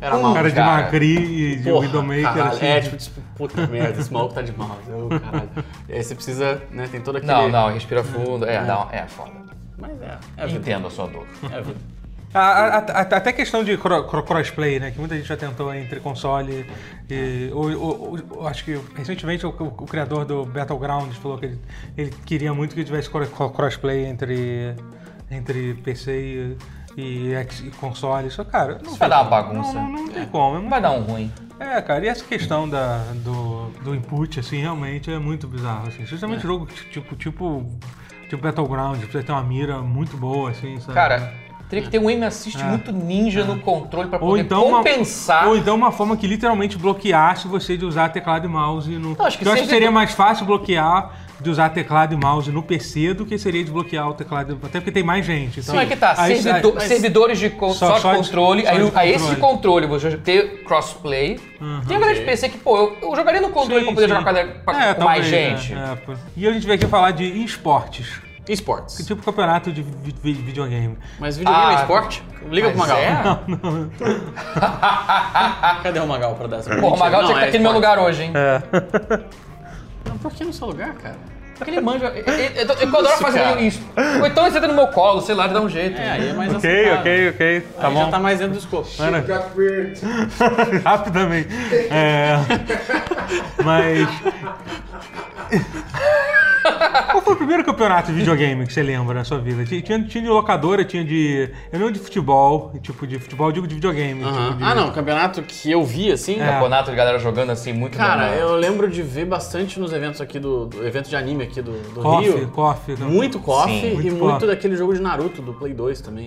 C: Era
B: Um
C: mal.
A: Cara de
B: Cara.
A: Macri e de
C: Porra,
A: Widowmaker,
C: caralho,
A: assim.
C: É, tipo, tipo, puta merda, esse maluco tá de mouse. ô, caralho. E aí você precisa, né, tem todo aquele...
B: Não, não, respira fundo. É, não, é foda.
C: Mas é, é a vida.
B: Entendo a sua dor.
C: É a vida.
A: A- a- a- até questão de cro- cro- crossplay, né? Que muita gente já tentou entre console e. ou- ou- ou- acho que recentemente o, o- o criador do Battlegrounds falou que ele, ele queria muito que tivesse cro- cro- crossplay entre, entre PC e, e, ex- e console. Só, cara, não
B: Isso
A: tem
B: vai dar uma
A: como.
B: bagunça.
A: Não, não, não tem como. É,
B: Não
A: muito-
B: vai dar um ruim.
A: é, cara, e essa questão da, do, do input, assim, realmente é muito bizarro. Assim. Justamente
B: É.
A: jogo t- tipo. tipo Tipo Battleground, precisa ter uma mira muito boa, assim, sabe?
B: Cara, teria que ter um aim assist
A: Ah.
B: muito ninja no controle pra poder compensar.
A: então Uma, ou então uma forma que literalmente bloqueasse você de usar teclado e mouse no.
B: Não, acho
A: eu acho que
B: que servidor-
A: seria mais fácil bloquear de usar teclado e mouse no PC do que seria de bloquear o teclado. Até porque tem mais gente. Então,
B: Não é que tá,
A: aí-
B: servidor-
A: aí-
B: servidores de con-
A: Só-
B: só,
A: só
B: de
A: de-
B: controle,
A: só
B: aí,
A: de
B: o- aí esse de
A: controle.
B: controle, você ter crossplay. Tem a galera de PC que, pô, eu, eu jogaria no controle
A: Sim,
B: pra
A: sim.
B: poder jogar com, a galera- pra-
A: É,
B: com
A: talvez,
B: mais
A: é,
B: gente.
A: é, pô. E a gente veio aqui falar de esportes.
C: Esportes.
A: Tipo campeonato de vi- vi- videogame.
C: Mas videogame
B: Ah,
C: é esporte? Liga pro
B: Mas
C: Magal. Ah,
B: é?
C: Cadê o Magal pra dar essa
B: Pô, o Magal tinha que
C: é
B: estar aqui no meu lugar hoje, hein?
C: Não, por que no seu lugar, cara?
B: Porque ele manja. Eu, eu, eu, eu adoro fazer
C: cara?
B: isso. Ou então ele senta no meu colo, sei lá, ele dá um jeito.
C: É, aí é mais
A: Ok, ok, ok. Tá
C: aí
A: bom.
C: já tá mais dentro do escopo.
A: Ana.
D: Got weird.
A: Rapidamente. É, mas. Qual foi o primeiro campeonato de videogame que você lembra na sua vida? Tinha, tinha tinha de locadora, tinha de. Eu lembro de futebol, tipo, de futebol, eu digo de videogame. tipo
C: Aham.
A: de- É.
C: Ah, não, campeonato que eu vi, assim...
B: Campeonato de galera jogando assim, muito
C: Cara,
B: normal.
C: eu lembro de ver bastante nos eventos aqui do... do evento de anime aqui do, do
A: Coffee,
C: Rio.
A: coffee. não.
C: Muito KOF
B: Sim,
C: e
A: muito
C: muito,
A: KOF.
C: daquele jogo de Naruto do Play 2 também.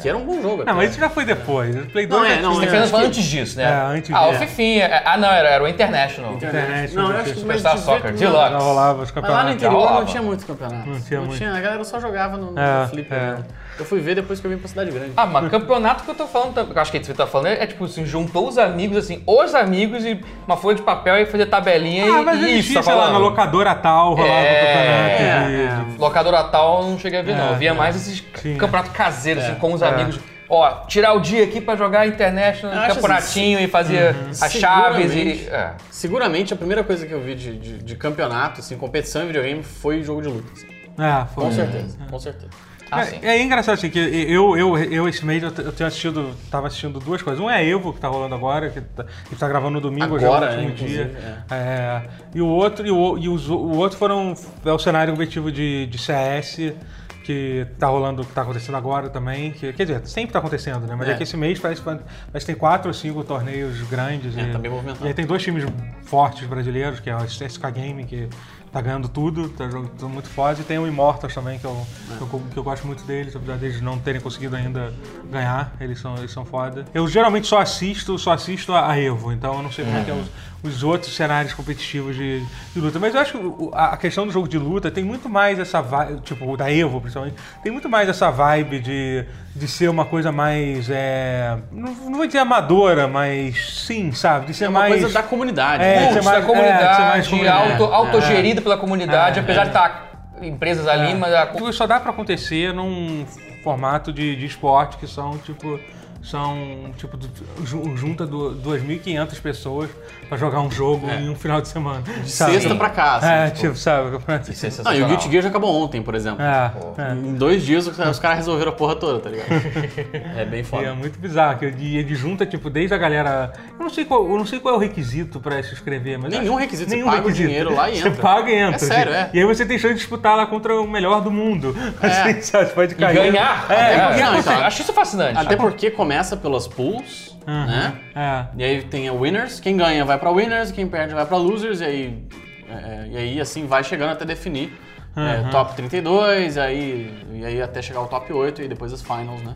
C: que era um bom jogo.
A: Não,
C: até.
A: Ah, mas isso já foi depois. O Play
C: Não,
A: 2
C: é,
A: já
C: não,
A: tinha
B: Você
C: é.
B: tá falando
C: acho que-
B: antes disso, né?
A: É, antes
B: ah, o
A: disso.
B: Fifinha. é- Ah, não, era, era o International.
A: internet,
C: Não, eu
A: né,
C: acho que
A: tinha
C: mais
B: Superstar Soccer, de lá.
A: Já rolava os
C: é. Mas lá no
A: campeonatos.
C: interior
B: rolava.
C: não tinha muito campeonato.
A: Não tinha muito.
C: a galera só jogava no, no
A: É,
C: flip.
A: é.
C: né? Eu fui ver depois que eu vim pra cidade grande.
B: Ah, mas campeonato que eu tô falando, tam- que eu acho que você tá falando, é, é tipo assim, juntou os amigos, assim, os amigos e uma folha de papel e fazer tabelinha
A: Ah,
B: e,
A: mas
B: e isso,
A: existia,
B: tá
A: sei lá,
B: falando?
A: na locadora tal, rolava
B: É,
A: campeonato de-
C: é.
A: de
B: Locadora tal eu não cheguei a ver, não. Eu
A: É,
B: via
A: é.
B: mais esses
A: Tinha.
B: campeonato caseiro,
C: É.
B: assim, com
A: É.
B: os amigos. Ó, tirar o dia aqui pra jogar internet
C: Eu
B: no
C: acho assim, uhum.
B: campeonatinho e fazer as chaves e.
C: Seguramente.
B: É.
C: Seguramente a primeira coisa que eu vi de, de- de campeonato, assim, competição em videogame, foi jogo de luta. assim.
A: É, foi.
C: Com certeza, com certeza.
B: Ah,
A: É-
B: sim.
A: É, engraçado assim, que eu, eu, eu esse mês eu, t- eu tenho assistido, tava assistindo duas coisas. Um é a Evo, que tá rolando agora, que tá, que tá gravando no domingo,
C: Agora,
A: já no último
C: né,
A: dia.
C: inclusive,
A: É, e o outro, e o, e os- o outro foram é o cenário competitivo de, de CS, que tá rolando, que tá acontecendo agora também. Que, quer dizer, sempre tá acontecendo, né? Mas é,
C: É.
A: que esse mês parece, que vai- parece que tem quatro ou cinco torneios grandes.
C: É,
A: e,
C: tá bem movimentado.
A: E aí tem dois times fortes brasileiros, que é o SK Gaming, que tá ganhando tudo, tá jogando muito foda. E tem o Immortals também, que eu, que eu, que eu gosto muito deles, apesar deles não terem conseguido ainda ganhar, eles são, eles são foda. Eu geralmente só assisto, só assisto a a Evo, então eu não sei como é que é os, os outros cenários competitivos de, de luta. Mas eu acho que o- a a questão do jogo de luta tem muito mais essa vibe, tipo, o da Evo principalmente, tem muito mais essa vibe de, de ser uma coisa mais. É, não, não vou dizer amadora, mas sim, sabe? De ser
C: É uma
A: mais.
C: coisa da comunidade.
A: É,
C: né?
A: você mais-
B: Cultos da
A: é, você mais
B: comunidade,
A: comunidade.
C: É.
B: auto, autogerido pela comunidade, apesar de estar empresas ali,
C: É.
B: mas a
A: Aquilo só dá pra acontecer num formato de, de esporte que são tipo são tipo du- ju- junta du- 2.500 pessoas pra jogar um jogo em um final de semana. De
C: É. Sexta pra cá. assim,
A: É,
C: tipo.
A: tipo, sabe?
B: Isso é
C: Não, e o
B: sensacional.
C: Guilty Gear já acabou ontem, por exemplo.
A: É, é.
C: Em dois dias os os caras resolveram a porra toda, tá ligado?
B: É bem
A: E é
B: foda.
A: muito bizarro, que ele, ele junta, tipo, desde a galera. Eu não sei qual, eu não sei qual é o requisito pra se inscrever, mas.
C: Nenhum
A: acho-
C: requisito, você paga o dinheiro lá e
A: Você
C: entra.
A: paga e entra.
C: É sério,
A: assim.
C: é.
A: E aí você tem chance de disputar lá contra o melhor do mundo. Assim, sabe? Você pode
B: E
A: cair.
B: ganhar.
A: É,
B: Até
A: é.
B: porque
C: não,
B: eu
C: então.
B: consigo. Acho isso fascinante.
C: Até porque começa pelas pools, né?
A: é.
C: E aí tem a winners, quem ganha vai pra winners, quem perde vai pra losers, e aí, é, e aí assim vai chegando até definir é, top 32, e aí, e aí até chegar ao top 8 e depois as finals, né?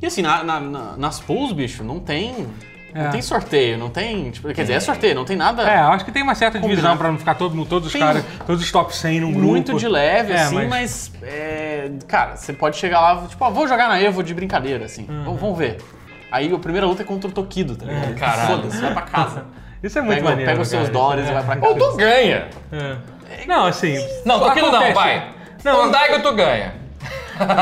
C: E assim, na- na- na- nas pools, bicho, não tem.
A: É.
C: Não tem sorteio, não tem. tipo, quer dizer, é sorteio, não tem nada.
A: É, eu acho que tem uma certa divisão
C: Combinado.
A: pra não ficar todo, mundo- todos os
C: Tem
A: caras, todos os top 100 num grupo.
C: Muito de leve,
A: É,
C: assim, mas, é, cara, você pode chegar lá, tipo, ah, vou jogar na Evo de brincadeira, assim, vamos, vamos ver. Aí a primeira luta é contra o Tokido, tá ligado?
B: caralho.
C: Foda-se, vai pra casa.
A: Isso é muito
C: Pega,
A: maneiro.
C: pega os seus
A: cara.
C: dólares e vai pra
B: Ou
C: casa.
B: tu ganha.
A: É. Não, assim.
B: Não, Tokido não,
A: acontece.
B: vai.
A: Não,
B: Não, Daigo tu ganha.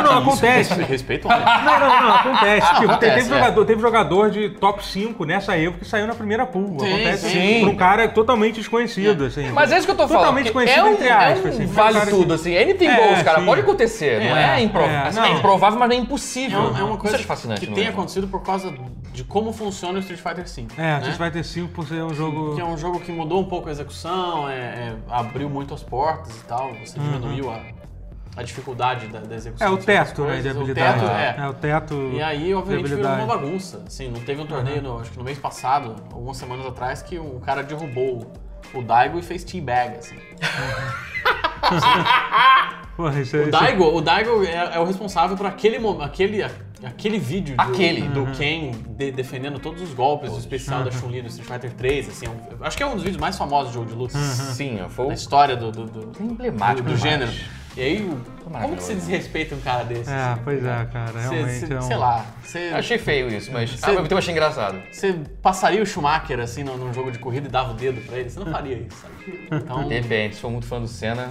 A: não, acontece.
C: Respeito, mano.
A: Não, não, não, acontece. Tipo, te-
C: acontece,
A: teve,
C: é.
A: jogador, teve jogador de top 5 nessa Evo que saiu na primeira pool.
C: Sim,
A: acontece
C: sim.
A: pra um cara totalmente desconhecido, assim.
B: Mas é isso que eu tô falando.
A: Totalmente
B: que
A: conhecido,
B: é um,
A: entre aspas.
B: é um
A: assim. Foi um
B: vale
A: cara que-
B: tudo, assim. Anything
A: É,
B: goes, cara.
A: sim.
B: Pode acontecer. Não
A: É,
B: é
A: é,
B: improvável. É,
A: não.
B: improvável, mas não é
C: É,
B: impossível.
C: uma- é uma coisa
B: Isso é fascinante.
C: que
B: não
C: tem
B: é?
C: acontecido por causa de como funciona o Street Fighter V.
A: É,
C: né?
A: Street Fighter 5 por ser um jogo.
C: Que é um jogo que mudou um pouco a execução, é, é, abriu muito as portas e tal, você diminuiu a, a dificuldade da, da execução.
A: Uhum. É o
C: de certas
A: teto, né, de
C: coisas, o
A: habilidade.
C: teto, é.
A: o teto.
C: E aí, obviamente,
A: de
C: virou
A: habilidade.
C: uma bagunça. Assim, não teve um torneio, no- acho que no mês passado, algumas semanas atrás, que um cara derrubou o Daigo e fez teabag, assim.
A: Porra, isso,
C: O
A: isso,
C: Daigo, o Daigo é, é o responsável por aquele, mo- aquele, a- aquele vídeo do,
B: Aquele.
C: do Ken de- defendendo todos os golpes do especial da Chun-Li no Street Fighter 3, assim, é um- acho que é um dos vídeos mais famosos do jogo de luta
B: Sim, foi
C: da
B: o
C: história do, do, do- do
B: emblemático demais.
C: gênero. E aí, o- como que
B: maravilhoso.
C: você desrespeita um cara desse?
A: É, pois é, cara.
C: Você-
A: Realmente
C: você-
A: é um.
C: Sei lá, você...
B: Eu Achei feio isso, mas
C: Você-
B: ao mesmo tempo eu achei engraçado.
C: Você passaria o Schumacher assim num num jogo de corrida e dava o dedo pra ele? Você não faria isso, sabe? Então.
B: Depende, se for muito fã do Senna.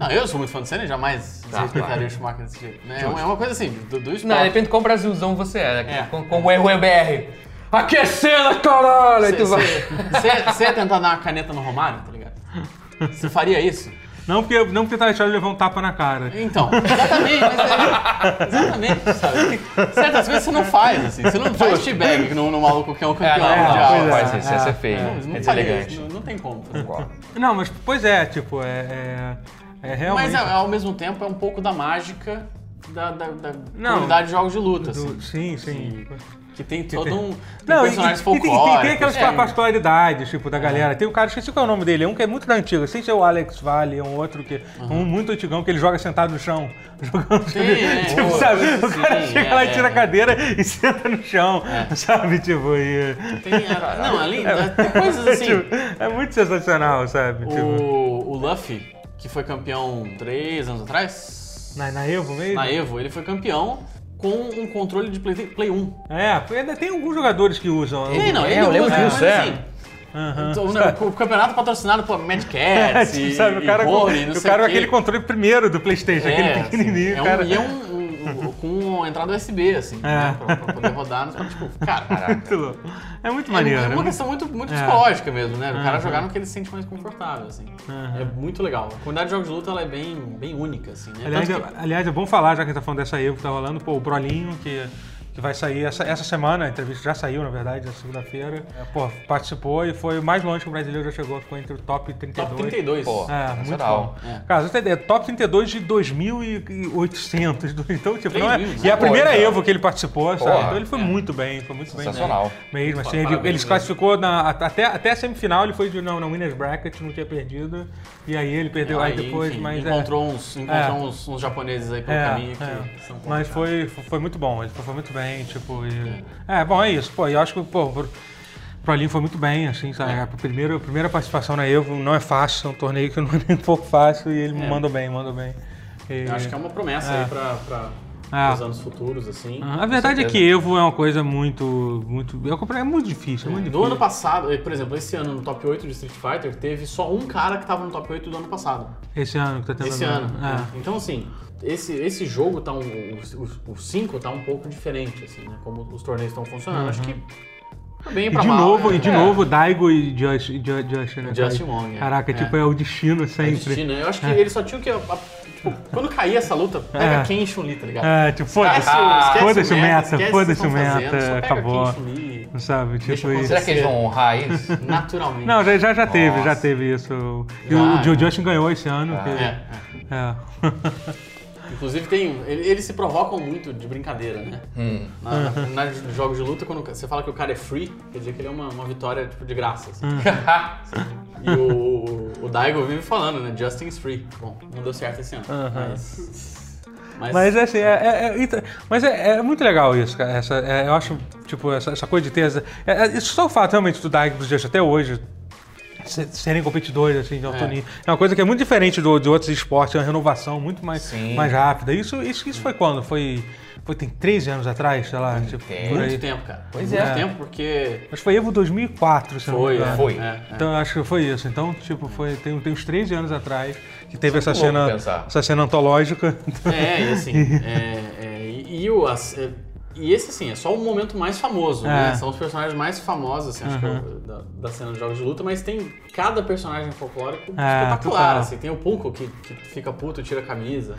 C: Não, eu sou muito fã do Senna e jamais
B: Tá,
C: respeitaria
B: claro.
C: o Schumacher desse jeito. né? É uma, é uma coisa assim, do, do esporte.
B: Não, depende de qual Brasilzão você é, né?
C: É.
B: Como, como é o RBR. Aqui é Senna, caralho! Aí tu vai.
C: Você você ia tentar dar uma caneta no Romário, tá ligado? Você faria isso?
A: Não porque, não porque tá deixando ele levar um tapa na cara.
C: Então, exatamente, mas é, Exatamente, sabe? Certas vezes você não faz, assim. Você não faz feedback no, no maluco que é um
B: É,
C: campeão
B: não, não,
C: mundial. assim,
B: não,
A: pois é,
B: faz isso,
A: é,
B: essa é feia.
C: Não,
B: É
C: não faria isso,
B: deselegante.
C: não, não tem como. fazer.
A: Não, mas pois é, tipo, é. É, é realmente.
C: Mas ao- ao mesmo tempo é um pouco da mágica da, da, da
A: Não.
C: comunidade de jogos de luta, assim.
A: do- sim, sim.
C: Que tem todo um. Tem
A: Não, e, e,
C: personagens
A: e tem,
C: folclóricos.
A: tem, tem aquelas
C: é.
A: particularidades, tipo, da galera. Tem um cara, esqueci qual é o nome dele, é um que é muito da antiga, sem ser o Alex Vale, é um outro que. Um muito antigão que ele joga sentado no chão. Jogando.
C: é,
A: tipo,
C: boa,
A: sabe? O
C: sim,
A: cara chega lá
C: é,
A: e tira a
C: é.
A: cadeira e senta no chão. Sabe, tipo, e.
C: Tem, é, não, além. Tem coisas assim.
A: tipo, é muito sensacional, sabe? Tipo,
C: o, o Luffy, que foi campeão três anos atrás,
A: na, na Evo mesmo?
C: na Evo, ele foi campeão com um controle de Play, Play 1.
A: É, ainda tem alguns jogadores que usam.
C: Ele não,
B: é,
C: ele
B: eu
C: usa,
B: lembro
C: mas
B: disso, é.
C: assim, então, né, o campeonato patrocinado por Mad Cats
A: Tipo,
C: e,
A: sabe, o cara,
C: é, e
A: com,
C: Rory, não
A: o
C: sei
A: cara
C: o
A: com
C: quê.
A: aquele controle primeiro do Playstation, aquele
C: assim,
A: pequenininho,
C: é um,
A: cara. É.
C: E é um, um- um- com entrada USB, assim, né, pra, pra poder rodar. Mas, tipo, cara,
A: Muito louco. É muito
C: É,
A: maneiro.
C: é
A: né?
C: uma questão muito, muito
A: É.
C: psicológica mesmo, né? O cara jogar no que ele se sente mais confortável, assim. É muito legal. A comunidade de jogos de luta ela é bem, bem única, assim, né?
A: Aliás,
C: Tanto
A: é- aliás, é bom falar, já que a gente tá falando dessa Evo que tá rolando, pô, o Brolinho, que, que vai sair essa, essa semana, a entrevista já saiu, na verdade, na segunda-feira. É, pô, participou e foi o mais longe que o brasileiro já chegou, ficou entre o top 32.
C: Top 32.
B: Pô.
A: É, muito
B: Sensacional.
A: bom. Cara, você tem ideia, top 32 de 2.800. do- Então, tipo, não é...
C: Três mil,
A: E é a
B: né?
A: primeira
B: Porra.
A: Evo que ele participou, sabe?
B: Porra.
A: Então ele foi muito bem, foi muito bem.
B: Sensacional.
A: Mesmo, mesmo, assim, ele,
C: parabéns,
A: ele se
C: né?
A: classificou na, a- até, até a semifinal, ele foi de, na, na Winners Bracket, não tinha perdido. E aí ele perdeu, aí, depois,
C: enfim,
A: mas... é-
C: encontrou, uns, encontrou
A: É.
C: uns, uns japoneses aí pelo
A: é,
C: caminho que
A: é.
C: são
A: Mas
C: complicados.
A: foi, foi muito bom, ele foi, foi muito bem, tipo. e- É, bom, é isso. Pô, eu acho que, pô, pro, pro Aline foi muito bem, assim, sabe?
C: É.
A: A primeira, a primeira participação na Evo não é fácil, é um torneio que não é nem um pouco fácil e ele mandou bem, mandou bem. E-
C: É. Eu acho que é uma promessa
A: É.
C: aí pra, pra
A: Ah.
C: os anos futuros, assim.
A: Ah, A verdade é que Evo é uma coisa muito. muito eu comprei, é muito difícil, é muito
C: No
A: difícil.
C: ano passado, eh, por exemplo, esse ano no top 8 de Street Fighter, teve só um cara que tava no top 8 do ano passado.
A: Esse ano que tá tendo
C: Esse
A: agora.
C: ano.
A: É.
C: Então, assim, esse, esse jogo tá um. o- O o 5 tá um pouco diferente, assim, né? Como os torneios estão funcionando. Acho que tá bem
A: Uhum. E
C: pra
A: de
C: mal,
A: novo,
C: né?
A: e de
C: É.
A: novo, Daigo e Josh, e Jo- Josh, né?
C: Justin
A: cara?
C: Wong, é.
A: Caraca,
C: É.
A: tipo, é o destino
C: É
A: sempre.
C: destino, né? Eu acho que eles só tinham que. a- a- tipo, quando cair essa luta, pega
A: É.
C: quem e Chun-Li, tá ligado? Ah,
A: É, tipo, foda-se.
C: Esquece o-
A: Foda-se o meta,
C: esquece
A: foda-se o
C: que estão
A: meta,
C: fazendo, só pega
A: acabou.
C: quem Chun-Li
A: Não sabe? Tipo
C: eu
A: isso.
B: Será que eles vão honrar isso?
C: Naturalmente.
A: Não, já, já, já teve, já
B: Nossa.
A: teve isso. E
C: Já,
A: o, Jo-
C: né?
A: Justin ganhou esse ano. que-
C: É,
A: é.
C: é. Inclusive tem. um, ele- Eles se provocam muito de brincadeira, né?
B: Hum.
A: Ah.
C: Na, na- nos jogos de luta, quando você fala que o cara é free, quer dizer que ele é uma, uma vitória tipo, de graça. assim.
A: Ah.
C: E o, o Daigo vive falando, né? Justin is free. Bom, não deu certo esse ano. Mas. Mas,
A: Mas é assim, é, é- é- então- mas é, é muito legal isso, cara. Essa, é, eu acho, tipo, essa, essa coisa de ter. essa- é- é- isso só o fato realmente do Dark dos dias até hoje. se- Serem competidores, assim, de alto
C: É.
A: nível. É uma coisa que é muito diferente do, de outros esportes, é uma renovação muito mais,
B: Sim.
A: mais rápida. Isso, isso, isso foi quando? Foi, foi tem 13 anos atrás, sei lá. Tipo,
B: tem.
A: por aí.
C: muito tempo, cara.
B: Pois
C: muito
B: é.
C: tempo, porque.
A: Acho que foi Evo 2004, se eu não me
C: Foi,
A: engano.
B: Foi.
C: É, é.
A: Então eu acho que foi isso. Então, tipo, foi, tem, tem uns 13 anos atrás que teve essa
B: é muito louco
A: cena,
B: pensar.
A: essa cena antológica.
C: É, e assim, é, é, e, e o, as- é, e esse assim, é só o momento mais famoso,
A: É.
C: né? São os personagens mais famosos, assim, acho que eu- da, da cena de jogos de luta, mas tem cada personagem folclórico
A: É, total.
C: espetacular, assim. Tem o Punko que, que fica puto e tira a camisa.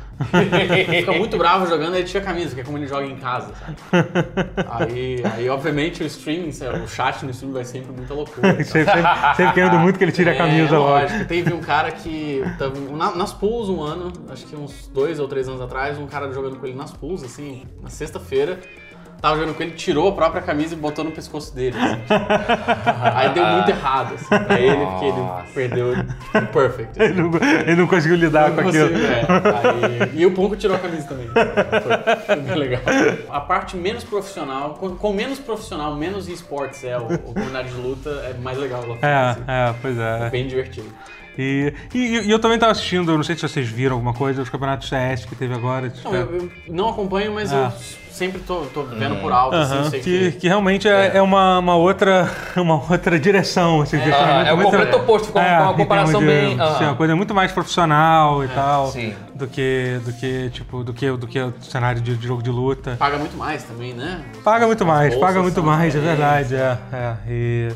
C: fica muito bravo jogando e tira a camisa, que é como ele joga em casa, sabe? Aí, aí obviamente, o streaming, sabe, o chat no streaming vai sempre muita loucura. sabe?
A: sempre, sempre, sempre querendo muito que ele tire a camisa
C: é,
A: logo.
C: lógico. Teve um cara que. tava- na- nas pools um ano, acho que uns dois ou três anos atrás, um cara jogando com ele nas pools, assim, na sexta-feira. Tava jogando com ele, tirou a própria camisa e botou no pescoço dele. assim. Aí deu muito errado, assim, pra ele, porque ele
B: Nossa.
C: perdeu o perfect. assim.
A: Ele não, ele não conseguiu lidar com
C: Você-
A: aquilo.
C: é, aí- e o Ponco tirou a camisa também. Foi, foi bem legal. A parte menos profissional, com, com menos profissional, menos esportes é o, o comunidade de luta, é mais legal lá fora. assim.
A: É, é, pois é.
C: Bem divertido.
A: E, e- e eu também tava assistindo, não sei se vocês viram alguma coisa, os campeonatos CS que teve agora.
C: Não, eu, eu não acompanho, mas
A: É. Ah.
C: eu sempre tô, tô vendo por alto, assim,
A: Aham,
C: sei
A: que,
C: que...
A: que realmente é, é uma, uma outra, uma outra direção. Assim, que
B: Ah, é o
A: muito-
B: completo oposto, ficou
A: É,
B: uma
A: em
B: comparação
A: termos
B: bem. ah, É,
A: assim, uma coisa muito mais profissional e tal.
B: sim.
A: Do que, do que, tipo, do que, do que o cenário de, de jogo de luta.
C: Paga muito mais também, né?
A: Paga muito mais,
C: bolsas
A: paga muito
C: são
A: mais, é
C: diferentes.
A: verdade, é. é. E,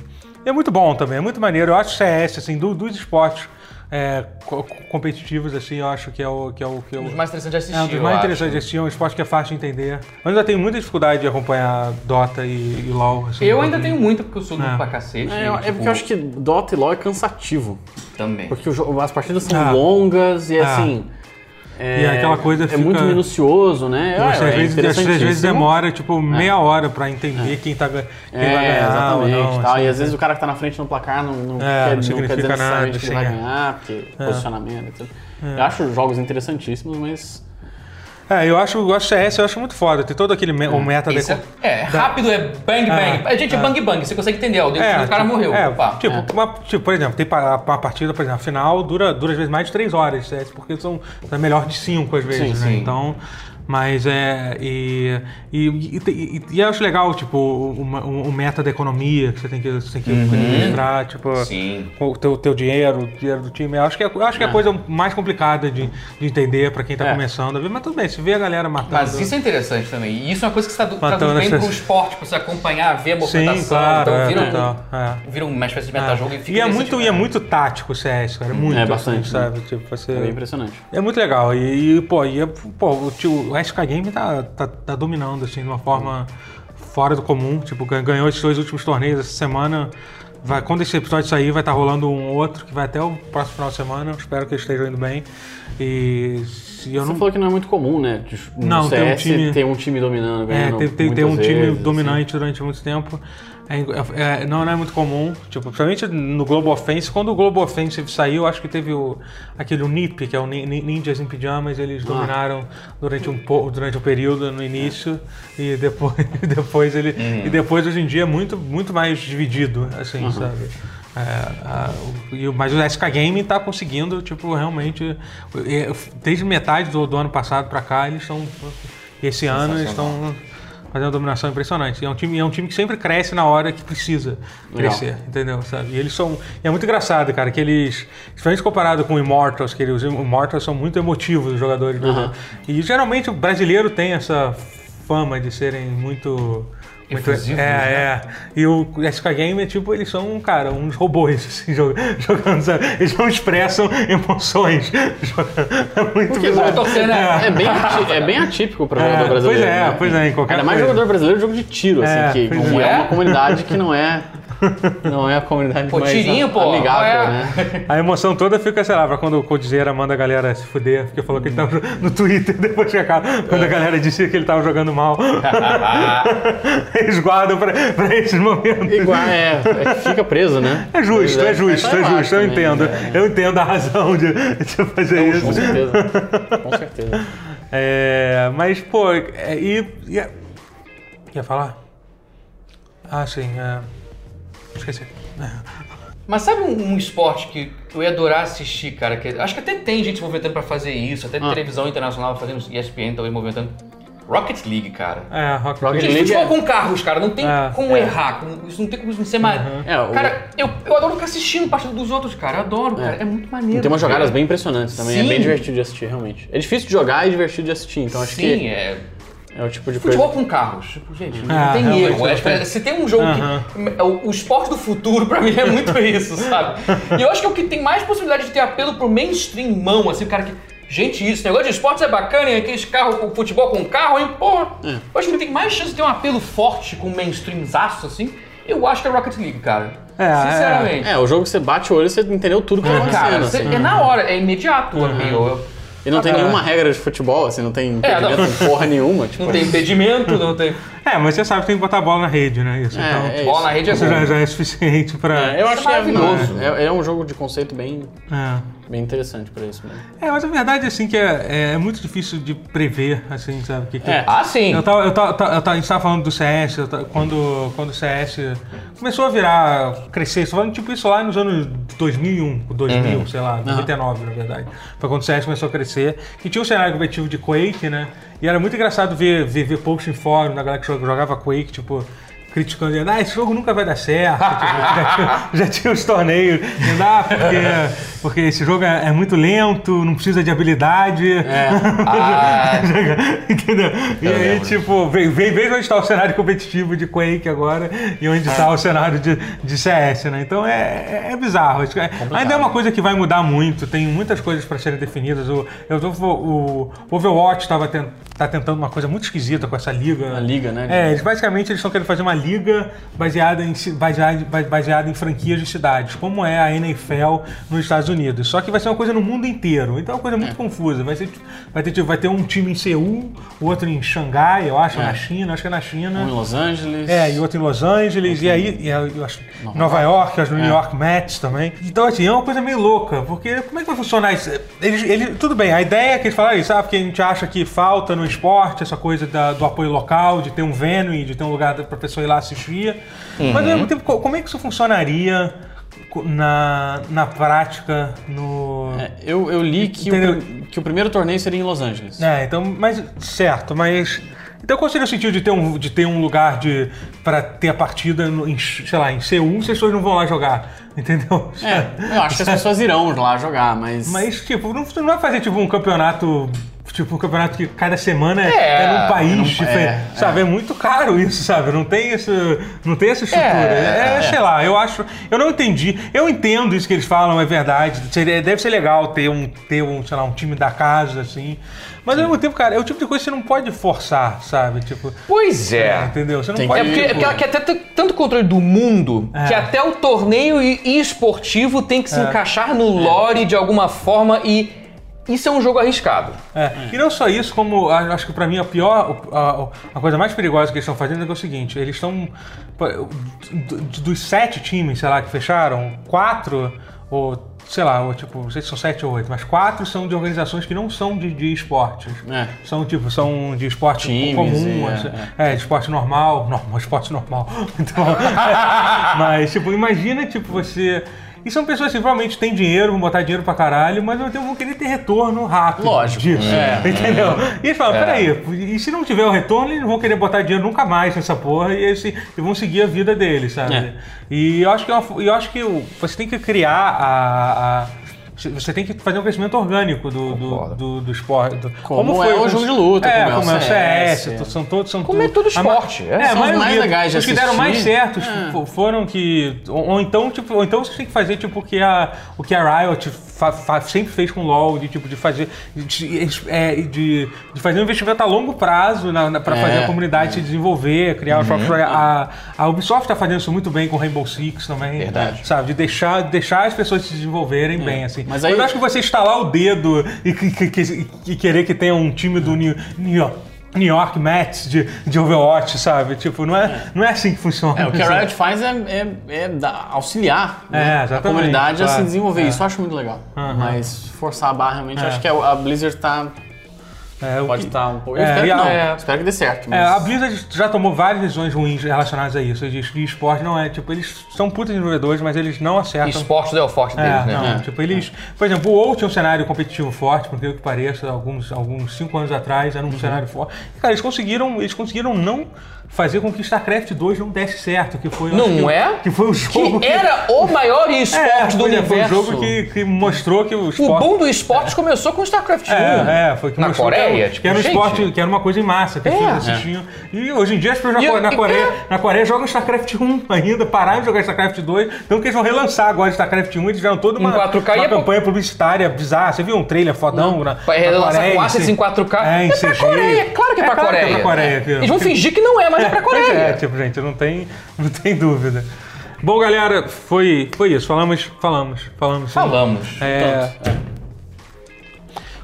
A: e é muito bom também, é muito maneiro. Eu acho o CS, assim, do- dos esportes é, co- competitivos, assim, eu acho que é o que é o que é
B: um dos
A: o,
B: mais interessantes de assistir.
A: é um dos
B: eu
A: mais
B: acho.
A: interessantes de assistir, é um esporte que é fácil de entender. Eu ainda tenho muita dificuldade de acompanhar Dota e, e LoL. assim,
B: Eu ainda tenho muito, porque eu sou
A: É.
B: duro pra cacete.
C: É,
B: e,
C: eu- é
B: tipo,
C: porque eu acho que Dota e LoL é cansativo.
B: Também.
C: Porque o jogo- as partidas são
A: Ah.
C: longas e,
A: Ah.
C: assim... É,
A: E aquela coisa
C: É
A: fica-
C: muito minucioso, né?
B: Ah,
A: assim, Às
C: é, é
A: vezes, às vezes
C: interessantíssimo.
A: demora, tipo,
B: É.
A: meia hora pra entender quem, tá, ga- quem vai
C: É,
A: ganhar ou
C: exatamente.
A: não.
C: tal.
A: assim.
C: E às vezes o cara que tá na frente no placar não, não,
A: É, não
C: quer, não
A: significa
C: quer dizer necessariamente
A: nada,
C: que ele vai
A: sim, é.
C: ganhar, porque posicionamento, etc. Eu acho jogos interessantíssimos, mas...
A: É, eu acho, eu acho CS, eu acho muito foda. Tem todo aquele me- o meta...
B: Esse
A: tá deco-
B: é, é, rápido é bang bang. a gente, é bang bang, você consegue entender. ó, O dedo do cara
A: tipo,
B: morreu.
A: É,
B: opa.
A: tipo, uma- tipo, por exemplo, tem pa- uma partida, por exemplo, a final dura, dura às vezes mais de três horas, certo? porque são é melhor de cinco às vezes,
C: Sim,
A: né?
B: sim.
A: Então, mas é. E, e, e, e- e eu acho legal, tipo, uma- um, um meta da economia que você tem que, você tem que administrar, tipo.
B: Uhum. Sim.
A: com O teu, teu dinheiro, o dinheiro do time. Eu acho que é, eu acho que é a coisa mais complicada de, de entender pra quem tá
C: É.
A: começando. a ver, Mas tudo bem, se vê a galera matando.
B: Mas isso é interessante também. E isso é uma coisa que você está
A: tá Matando
B: traduz bem
A: essas-
B: pro esporte, pra você acompanhar, ver a movimentação.
A: Sim, claro.
B: então
A: é,
B: vira, um-
A: total, é.
B: vira uma espécie de metajogo e fica.
A: E é,
B: nesse
A: muito,
B: tipo-
A: e é muito tático o CS, cara. Muito.
C: É, bastante,
A: assim, sabe? Tipo, você...
C: É bem impressionante.
A: É muito legal. E, e, pô, e é, pô, o, tio- o SK Game tá, tá, tá dominando, assim, de uma forma fora do comum. Tipo, gan- ganhou esses dois últimos torneios essa semana. Vai, quando esse episódio sair, vai estar rolando um outro que vai até o próximo final de semana. Espero que eles estejam indo bem. E se eu
C: Você
A: não.
C: falou que não é muito comum, né? De- No
A: Não, tem um
C: CS
A: time-
C: tem um time dominando,
A: É,
C: ganhando
A: tem, tem, tem
C: muitas
A: um time
C: vezes, assim.
A: dominante durante muito tempo. É, é, é, não, não é muito comum, tipo, principalmente no Global Offensive. Quando o Global Offensive saiu, acho que teve o, aquele o NIP, que é o Nin- Nin- Ninjas em Pijamas, eles dominaram durante um pouco, durante um período no início e depois, e depois ele e depois hoje em dia é muito muito mais dividido, assim, sabe? É, a- o- e o- mas o SK Game tá conseguindo, tipo, realmente é, desde metade do, do ano passado pra cá eles estão esse ano eles
B: Sensacional.
A: estão Fazer uma dominação impressionante. E é um time, é um time que sempre cresce na hora que precisa
C: Legal.
A: crescer, entendeu? Sabe? E eles são. e é muito engraçado, cara, que eles. Diferente comparado com o Immortals, que eles, os Immortals são muito emotivos, os jogadores. do- E geralmente o brasileiro tem essa fama de serem muito. muito
B: Efusivos,
A: é,
B: né?
A: é. E o SK Game é tipo, eles são, cara, uns robôs assim, jog- jogando. sabe? Eles não expressam emoções. É muito
C: Porque
A: bizarro.
B: Eu tô né? sendo-
C: É bem, ati- é bem atípico para
A: É,
C: jogador
A: pois
C: brasileiro.
A: é,
C: né?
A: pois é, em qualquer
C: Ainda mais
A: coisa.
C: jogador brasileiro é jogo de tiro, assim,
A: É,
C: que,
A: pois
C: que
B: é.
C: é. uma comunidade que não é. Não é a comunidade
B: Pô,
C: mais
B: tirinho, pô,
C: amigável,
B: qual é?
C: né?
A: A emoção toda fica, sei lá, pra quando o Codizeira manda a galera se fuder, porque falou que ele tava
C: Uhum.
A: no Twitter depois que acaba.
C: É.
A: Quando a galera disse que ele tava jogando mal.
B: É.
A: Eles guardam pra, pra esses momentos.
C: Igual, é, é que fica preso, né?
A: É justo, é justo,
C: Mas
A: é
C: eu
A: justo, eu
C: acho
A: entendo.
C: também, né? É um
A: Eu entendo a razão de, de fazer isso.
C: Com certeza. Com certeza.
A: É, mas, pô, é, e, e- Ia falar? Ah, sim, é. Esqueci.
B: Mas sabe um, um esporte que eu ia adorar assistir, cara? Que, acho que até tem gente se movimentando pra fazer isso, até televisão internacional fazendo isso, ESPN talvez movimentando. Rocket League, cara.
A: É, Rocket League.
C: Rocket
B: Gente,
C: League
B: futebol
C: é-
B: com carros, cara, não tem
A: É,
B: como errar, como- isso não tem como isso não ser mais.
C: É, o-
B: Cara, eu, eu adoro ficar assistindo partida dos outros, cara, eu adoro, cara, é muito maneiro.
C: Tem umas
B: cara.
C: jogadas bem impressionantes também,
B: Sim.
C: é bem divertido de assistir, realmente. É difícil de jogar e divertido de assistir, então acho
B: Sim,
C: que
B: é.
C: é o tipo de
B: Futebol
C: coisa.
B: com carros, tipo, gente,
A: Ah,
B: não tem
A: realmente
B: erro.
A: não
B: É,
A: tem.
B: se tem um jogo que. é O, o esporte do futuro, pra mim, é muito isso, sabe? E eu acho que é o que tem mais possibilidade de ter apelo pro mainstream mão, assim, o cara que. Gente, isso, negócio de esportes é bacana, hein? Aqueles carro, com futebol com carro, hein? Porra!
C: É.
B: Eu acho que tem mais chance de ter um apelo forte com mainstreamzaço, assim. Eu acho que é Rocket League, cara.
A: É, é.
B: Sinceramente.
C: É, o jogo que você bate o olho e você entendeu tudo que tá
B: Cara,
C: acontecendo.
B: cê-
C: assim.
B: é na hora, é imediato
A: Uhum.
B: o apelo.
C: E não
A: É.
C: tem nenhuma regra de futebol, assim, não tem impedimento
B: É, não.
C: de porra nenhuma. Tipo,
B: Não tem impedimento, não tem.
A: É, mas você sabe que tem que botar a bola na rede, né? Isso.
C: É,
A: então,
C: é
B: Bola na
C: isso.
B: rede é
A: isso
B: bom.
A: já, já é suficiente pra.
C: É, eu acho que é,
B: maravilhoso.
C: não, é, é um jogo de conceito bem,
A: É.
C: bem interessante pra isso né? mesmo.
A: É, mas a verdade é assim que é, é muito difícil de prever, assim, sabe? o Que que-
C: É.
B: Ah, sim.
A: Eu tava, eu tava, ta- eu tava- a gente tava falando do CS, eu ta- quando, quando o CS começou a virar, crescer, estou falando tipo isso lá nos anos 2001, 2000, um, sei lá, 99 na verdade. Foi quando o CS começou a crescer, que tinha o cenário competitivo de Quake, né? E era muito engraçado ver, ver, ver posts em fórum da galera que jo- jogava Quake, tipo, criticando, dizendo, ah, esse jogo nunca vai dar certo, tipo, já, tinha, já tinha os torneios, dizendo, ah, porque, porque esse jogo é, é muito lento, não precisa de habilidade.
B: Ah,
A: Entendeu? E
B: Eu
A: aí,
B: lembro.
A: tipo, vem, vem, vem onde está o cenário competitivo de Quake agora e onde
C: É.
A: está o cenário de, de CS, né? Então é, é, é bizarro. Acho que é- ainda é uma coisa que vai mudar muito, tem muitas coisas para serem definidas. O, eu tô, o o Overwatch estava tá tentando uma coisa muito esquisita com essa liga.
C: A liga, né?
A: É, eles basicamente eles estão querendo fazer uma liga baseada em, ci- baseada, ba- baseada em franquias de cidades, como é a NFL nos Estados Unidos. Só que vai ser uma coisa no mundo inteiro, então é uma coisa muito confusa. Vai, ser, ti- vai, ter, tipo, vai ter um time em Seul, outro em Xangai, eu acho, na China, acho que é na China.
C: Um em Los Angeles.
A: É, e outro em Los Angeles, e aí, e aí eu acho, Nova, York, É. eu acho, New York Mets também. Então, assim, é uma coisa meio louca, porque como é que vai funcionar isso? Eles, eles- tudo bem, a ideia é que eles falaram isso, ah, porque a gente acha que falta no esporte essa coisa da- do apoio local, de ter um venue, de ter um lugar pra pessoa ir lá assistir. Mas, ao mesmo tempo, co- como é que isso funcionaria co- na, na prática, no...
C: É, eu, eu li que o,
A: Entendeu?
C: prim- que o primeiro torneio seria em Los Angeles.
A: É, então, mas certo, mas então qual seria o sentido de ter um, de ter um lugar de para ter a partida no- em, sei lá, em C1, se as pessoas não vão lá jogar, entendeu?
C: É, eu acho que as pessoas irão lá jogar, mas.
A: Mas tipo, não, não vai fazer tipo um campeonato Tipo, um campeonato que cada semana é,
B: É,
A: num país,
C: não-
A: tipo,
C: é,
A: é, sabe? É. muito caro isso, sabe? Não tem, esse, não tem essa estrutura. É,
B: É,
A: sei lá, eu acho. Eu não entendi. Eu entendo isso que eles falam, é verdade. Seria- Deve ser legal ter um, ter um, sei lá, um time da casa, assim. Mas ao mesmo tempo, cara, é o tipo de coisa que você não pode forçar, sabe? Tipo,
B: Pois é.
A: entendeu? Você não
C: Tem
A: pode.
B: É porque, é porque ela quer ter t- tanto controle do mundo
A: É.
B: que até o torneio e, e esportivo tem que se encaixar no lore de alguma forma e isso é um jogo arriscado.
A: É, E não só isso, como a- acho que pra mim a pior, a, a coisa mais perigosa que eles estão fazendo é, que é o seguinte: eles estão. pô, do- do- Dos sete times, sei lá, que fecharam, quatro, ou sei lá, ou tipo, não sei se são sete ou oito, mas quatro são de organizações que não são de, de esportes.
C: É.
A: São tipo, são de esporte
C: Times,
A: comum,
C: é,
A: assim, é, de esporte normal, normal, esporte normal. Então, é. mas, tipo, imagina, tipo, você. E são pessoas que provavelmente têm dinheiro, vão botar dinheiro pra caralho, mas ao mesmo tempo vão querer ter retorno rápido.
C: Lógico.
A: Disso,
C: É.
A: Entendeu? E eles falam, peraí, e se não tiver o retorno, eles não vão querer botar dinheiro nunca mais nessa porra e, esse, e vão seguir a vida deles, sabe?
C: É.
A: E eu acho que, é uma fo- eu acho que o- você tem que criar a. a- você tem que fazer um crescimento orgânico do, do,
B: Concordo.
A: do, do esporte. do-
C: Como é o jogo de luta,
A: é,
C: como é o
A: como, é o CS,
C: CS,
A: to- são todos são
B: Como é
A: tudo-
B: todo
A: a ma-
B: esporte,
A: É, Ah.
B: é,
A: a
C: são os
A: maioria,
C: mais legais de
A: os que deram
C: assistir.
A: mais certos fo- foram que ou, ou então tipo, ou então você tem que fazer tipo o que a o que a Riot fa- fa- sempre fez com o LoL de tipo de fazer de, de- é, de- de fazer um investimento a longo prazo na, para
C: É, Uhum.
A: fazer a comunidade se desenvolver, criar os próprios pro- a, a Ubisoft está fazendo isso muito bem com Rainbow Six também,
C: Verdade. É.
A: sabe, de deixar deixar as pessoas se desenvolverem bem assim.
C: Mas aí-
A: eu acho que você estalar o dedo e, que- que- que- e querer que tenha um time do New, New York. New York Mets de, de Overwatch, sabe? Tipo, não é, não é assim que funciona.
C: É, o que
A: sabe?
C: a Riot faz é, é, é dar- auxiliar né,
A: É,
C: a
A: exatamente,
C: comunidade a se
A: claro.
C: desenvolver.
A: É.
C: Isso eu acho muito legal. Mas forçar a barra realmente, eu acho que a, a Blizzard tá,
A: É, o
C: pode
A: que-
C: estar um pouco. Eu
A: É,
C: espero que
A: e a-
C: não.
B: é.
C: Espero que dê certo.
A: É,
C: Mas...
A: a Blizzard já tomou várias decisões ruins relacionadas a isso. Eles de esporte não é, tipo, eles são putos desenvolvedores, mas eles não acertam.
B: Esporte não é o forte
A: É,
B: deles, né?
A: não,
C: É.
A: tipo, eles... Por exemplo, o WoW tinha um cenário competitivo forte, porque o que pareça, alguns, alguns cinco anos atrás
B: Uhum.
A: era um cenário forte. E, cara, eles conseguiram, eles conseguiram não fazer com que StarCraft 2 não desse certo, que foi... eu
B: Não
A: acho que,
B: é?
A: Que foi o jogo...
B: Que era o maior esporte
A: É,
B: do
A: foi, né,
B: universo.
A: Foi um jogo que, que mostrou que o
B: O
A: esporte...
B: bom do esporte começou com o StarCraft 1.
A: É, é, foi que
B: Na
A: mostrou que
B: Coreia,
A: era,
B: tipo,
A: que era um
B: gente.
A: esporte, que era uma coisa em massa, que as
B: É.
A: pessoas assistiam. E hoje em dia as pessoas na,
B: E eu-
A: Core- na
B: e-
A: Coreia,
B: é.
A: na Coreia jogam StarCraft 1 ainda, pararam de jogar StarCraft 2, tanto que eles vão relançar agora StarCraft 1 e tiveram toda uma,
B: Em 4K
A: uma
B: e é-
A: campanha publicitária bizarra. Você viu um trailer fodão na,
B: Vai
A: na
B: relançar
A: Coreia,
B: com assets
A: assim?
B: em 4K.
A: É, em
B: É pra
A: CG.
B: Coreia, claro que é pra
A: claro
B: Coreia.
A: Que é pra Coreia filho.
B: Eles vão fingir que não é, mas é, pra
A: Pois
B: Coreia.
A: É, tipo, gente, não tem, não tem dúvida. Bom, galera, foi, foi isso. Falamos, falamos, falamos.
B: Falamos.
A: É...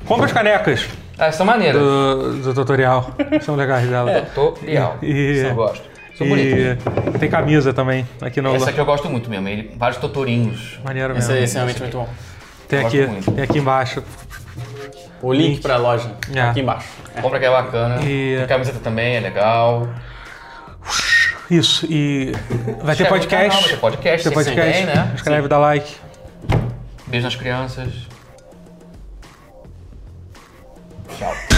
A: Compra as canecas
B: Dessa É maneira.
A: do, do tutorial. São legais elas.
B: Tô leal.
A: E-
B: Isso eu gosto. Sou bonito.
A: E tem camisa também aqui no
B: Essa aqui eu gosto muito mesmo. Ele, vários totorinhos.
A: Maneiro mesmo.
C: Esse, esse é realmente muito bom.
A: tem,
B: gosto
A: aqui,
B: muito.
A: tem aqui embaixo.
C: O link pra loja
A: É.
C: aqui embaixo.
B: Compra que é bacana.
A: E-
B: E... camiseta também é legal.
A: Isso, e vai ter
B: Inscreve no canal, Vai
A: podcast.
B: ter podcast,
A: Tem
B: É, tem
A: podcast.
B: podcast. né?
A: Escreve, dá like.
B: Beijo nas crianças. Tchau.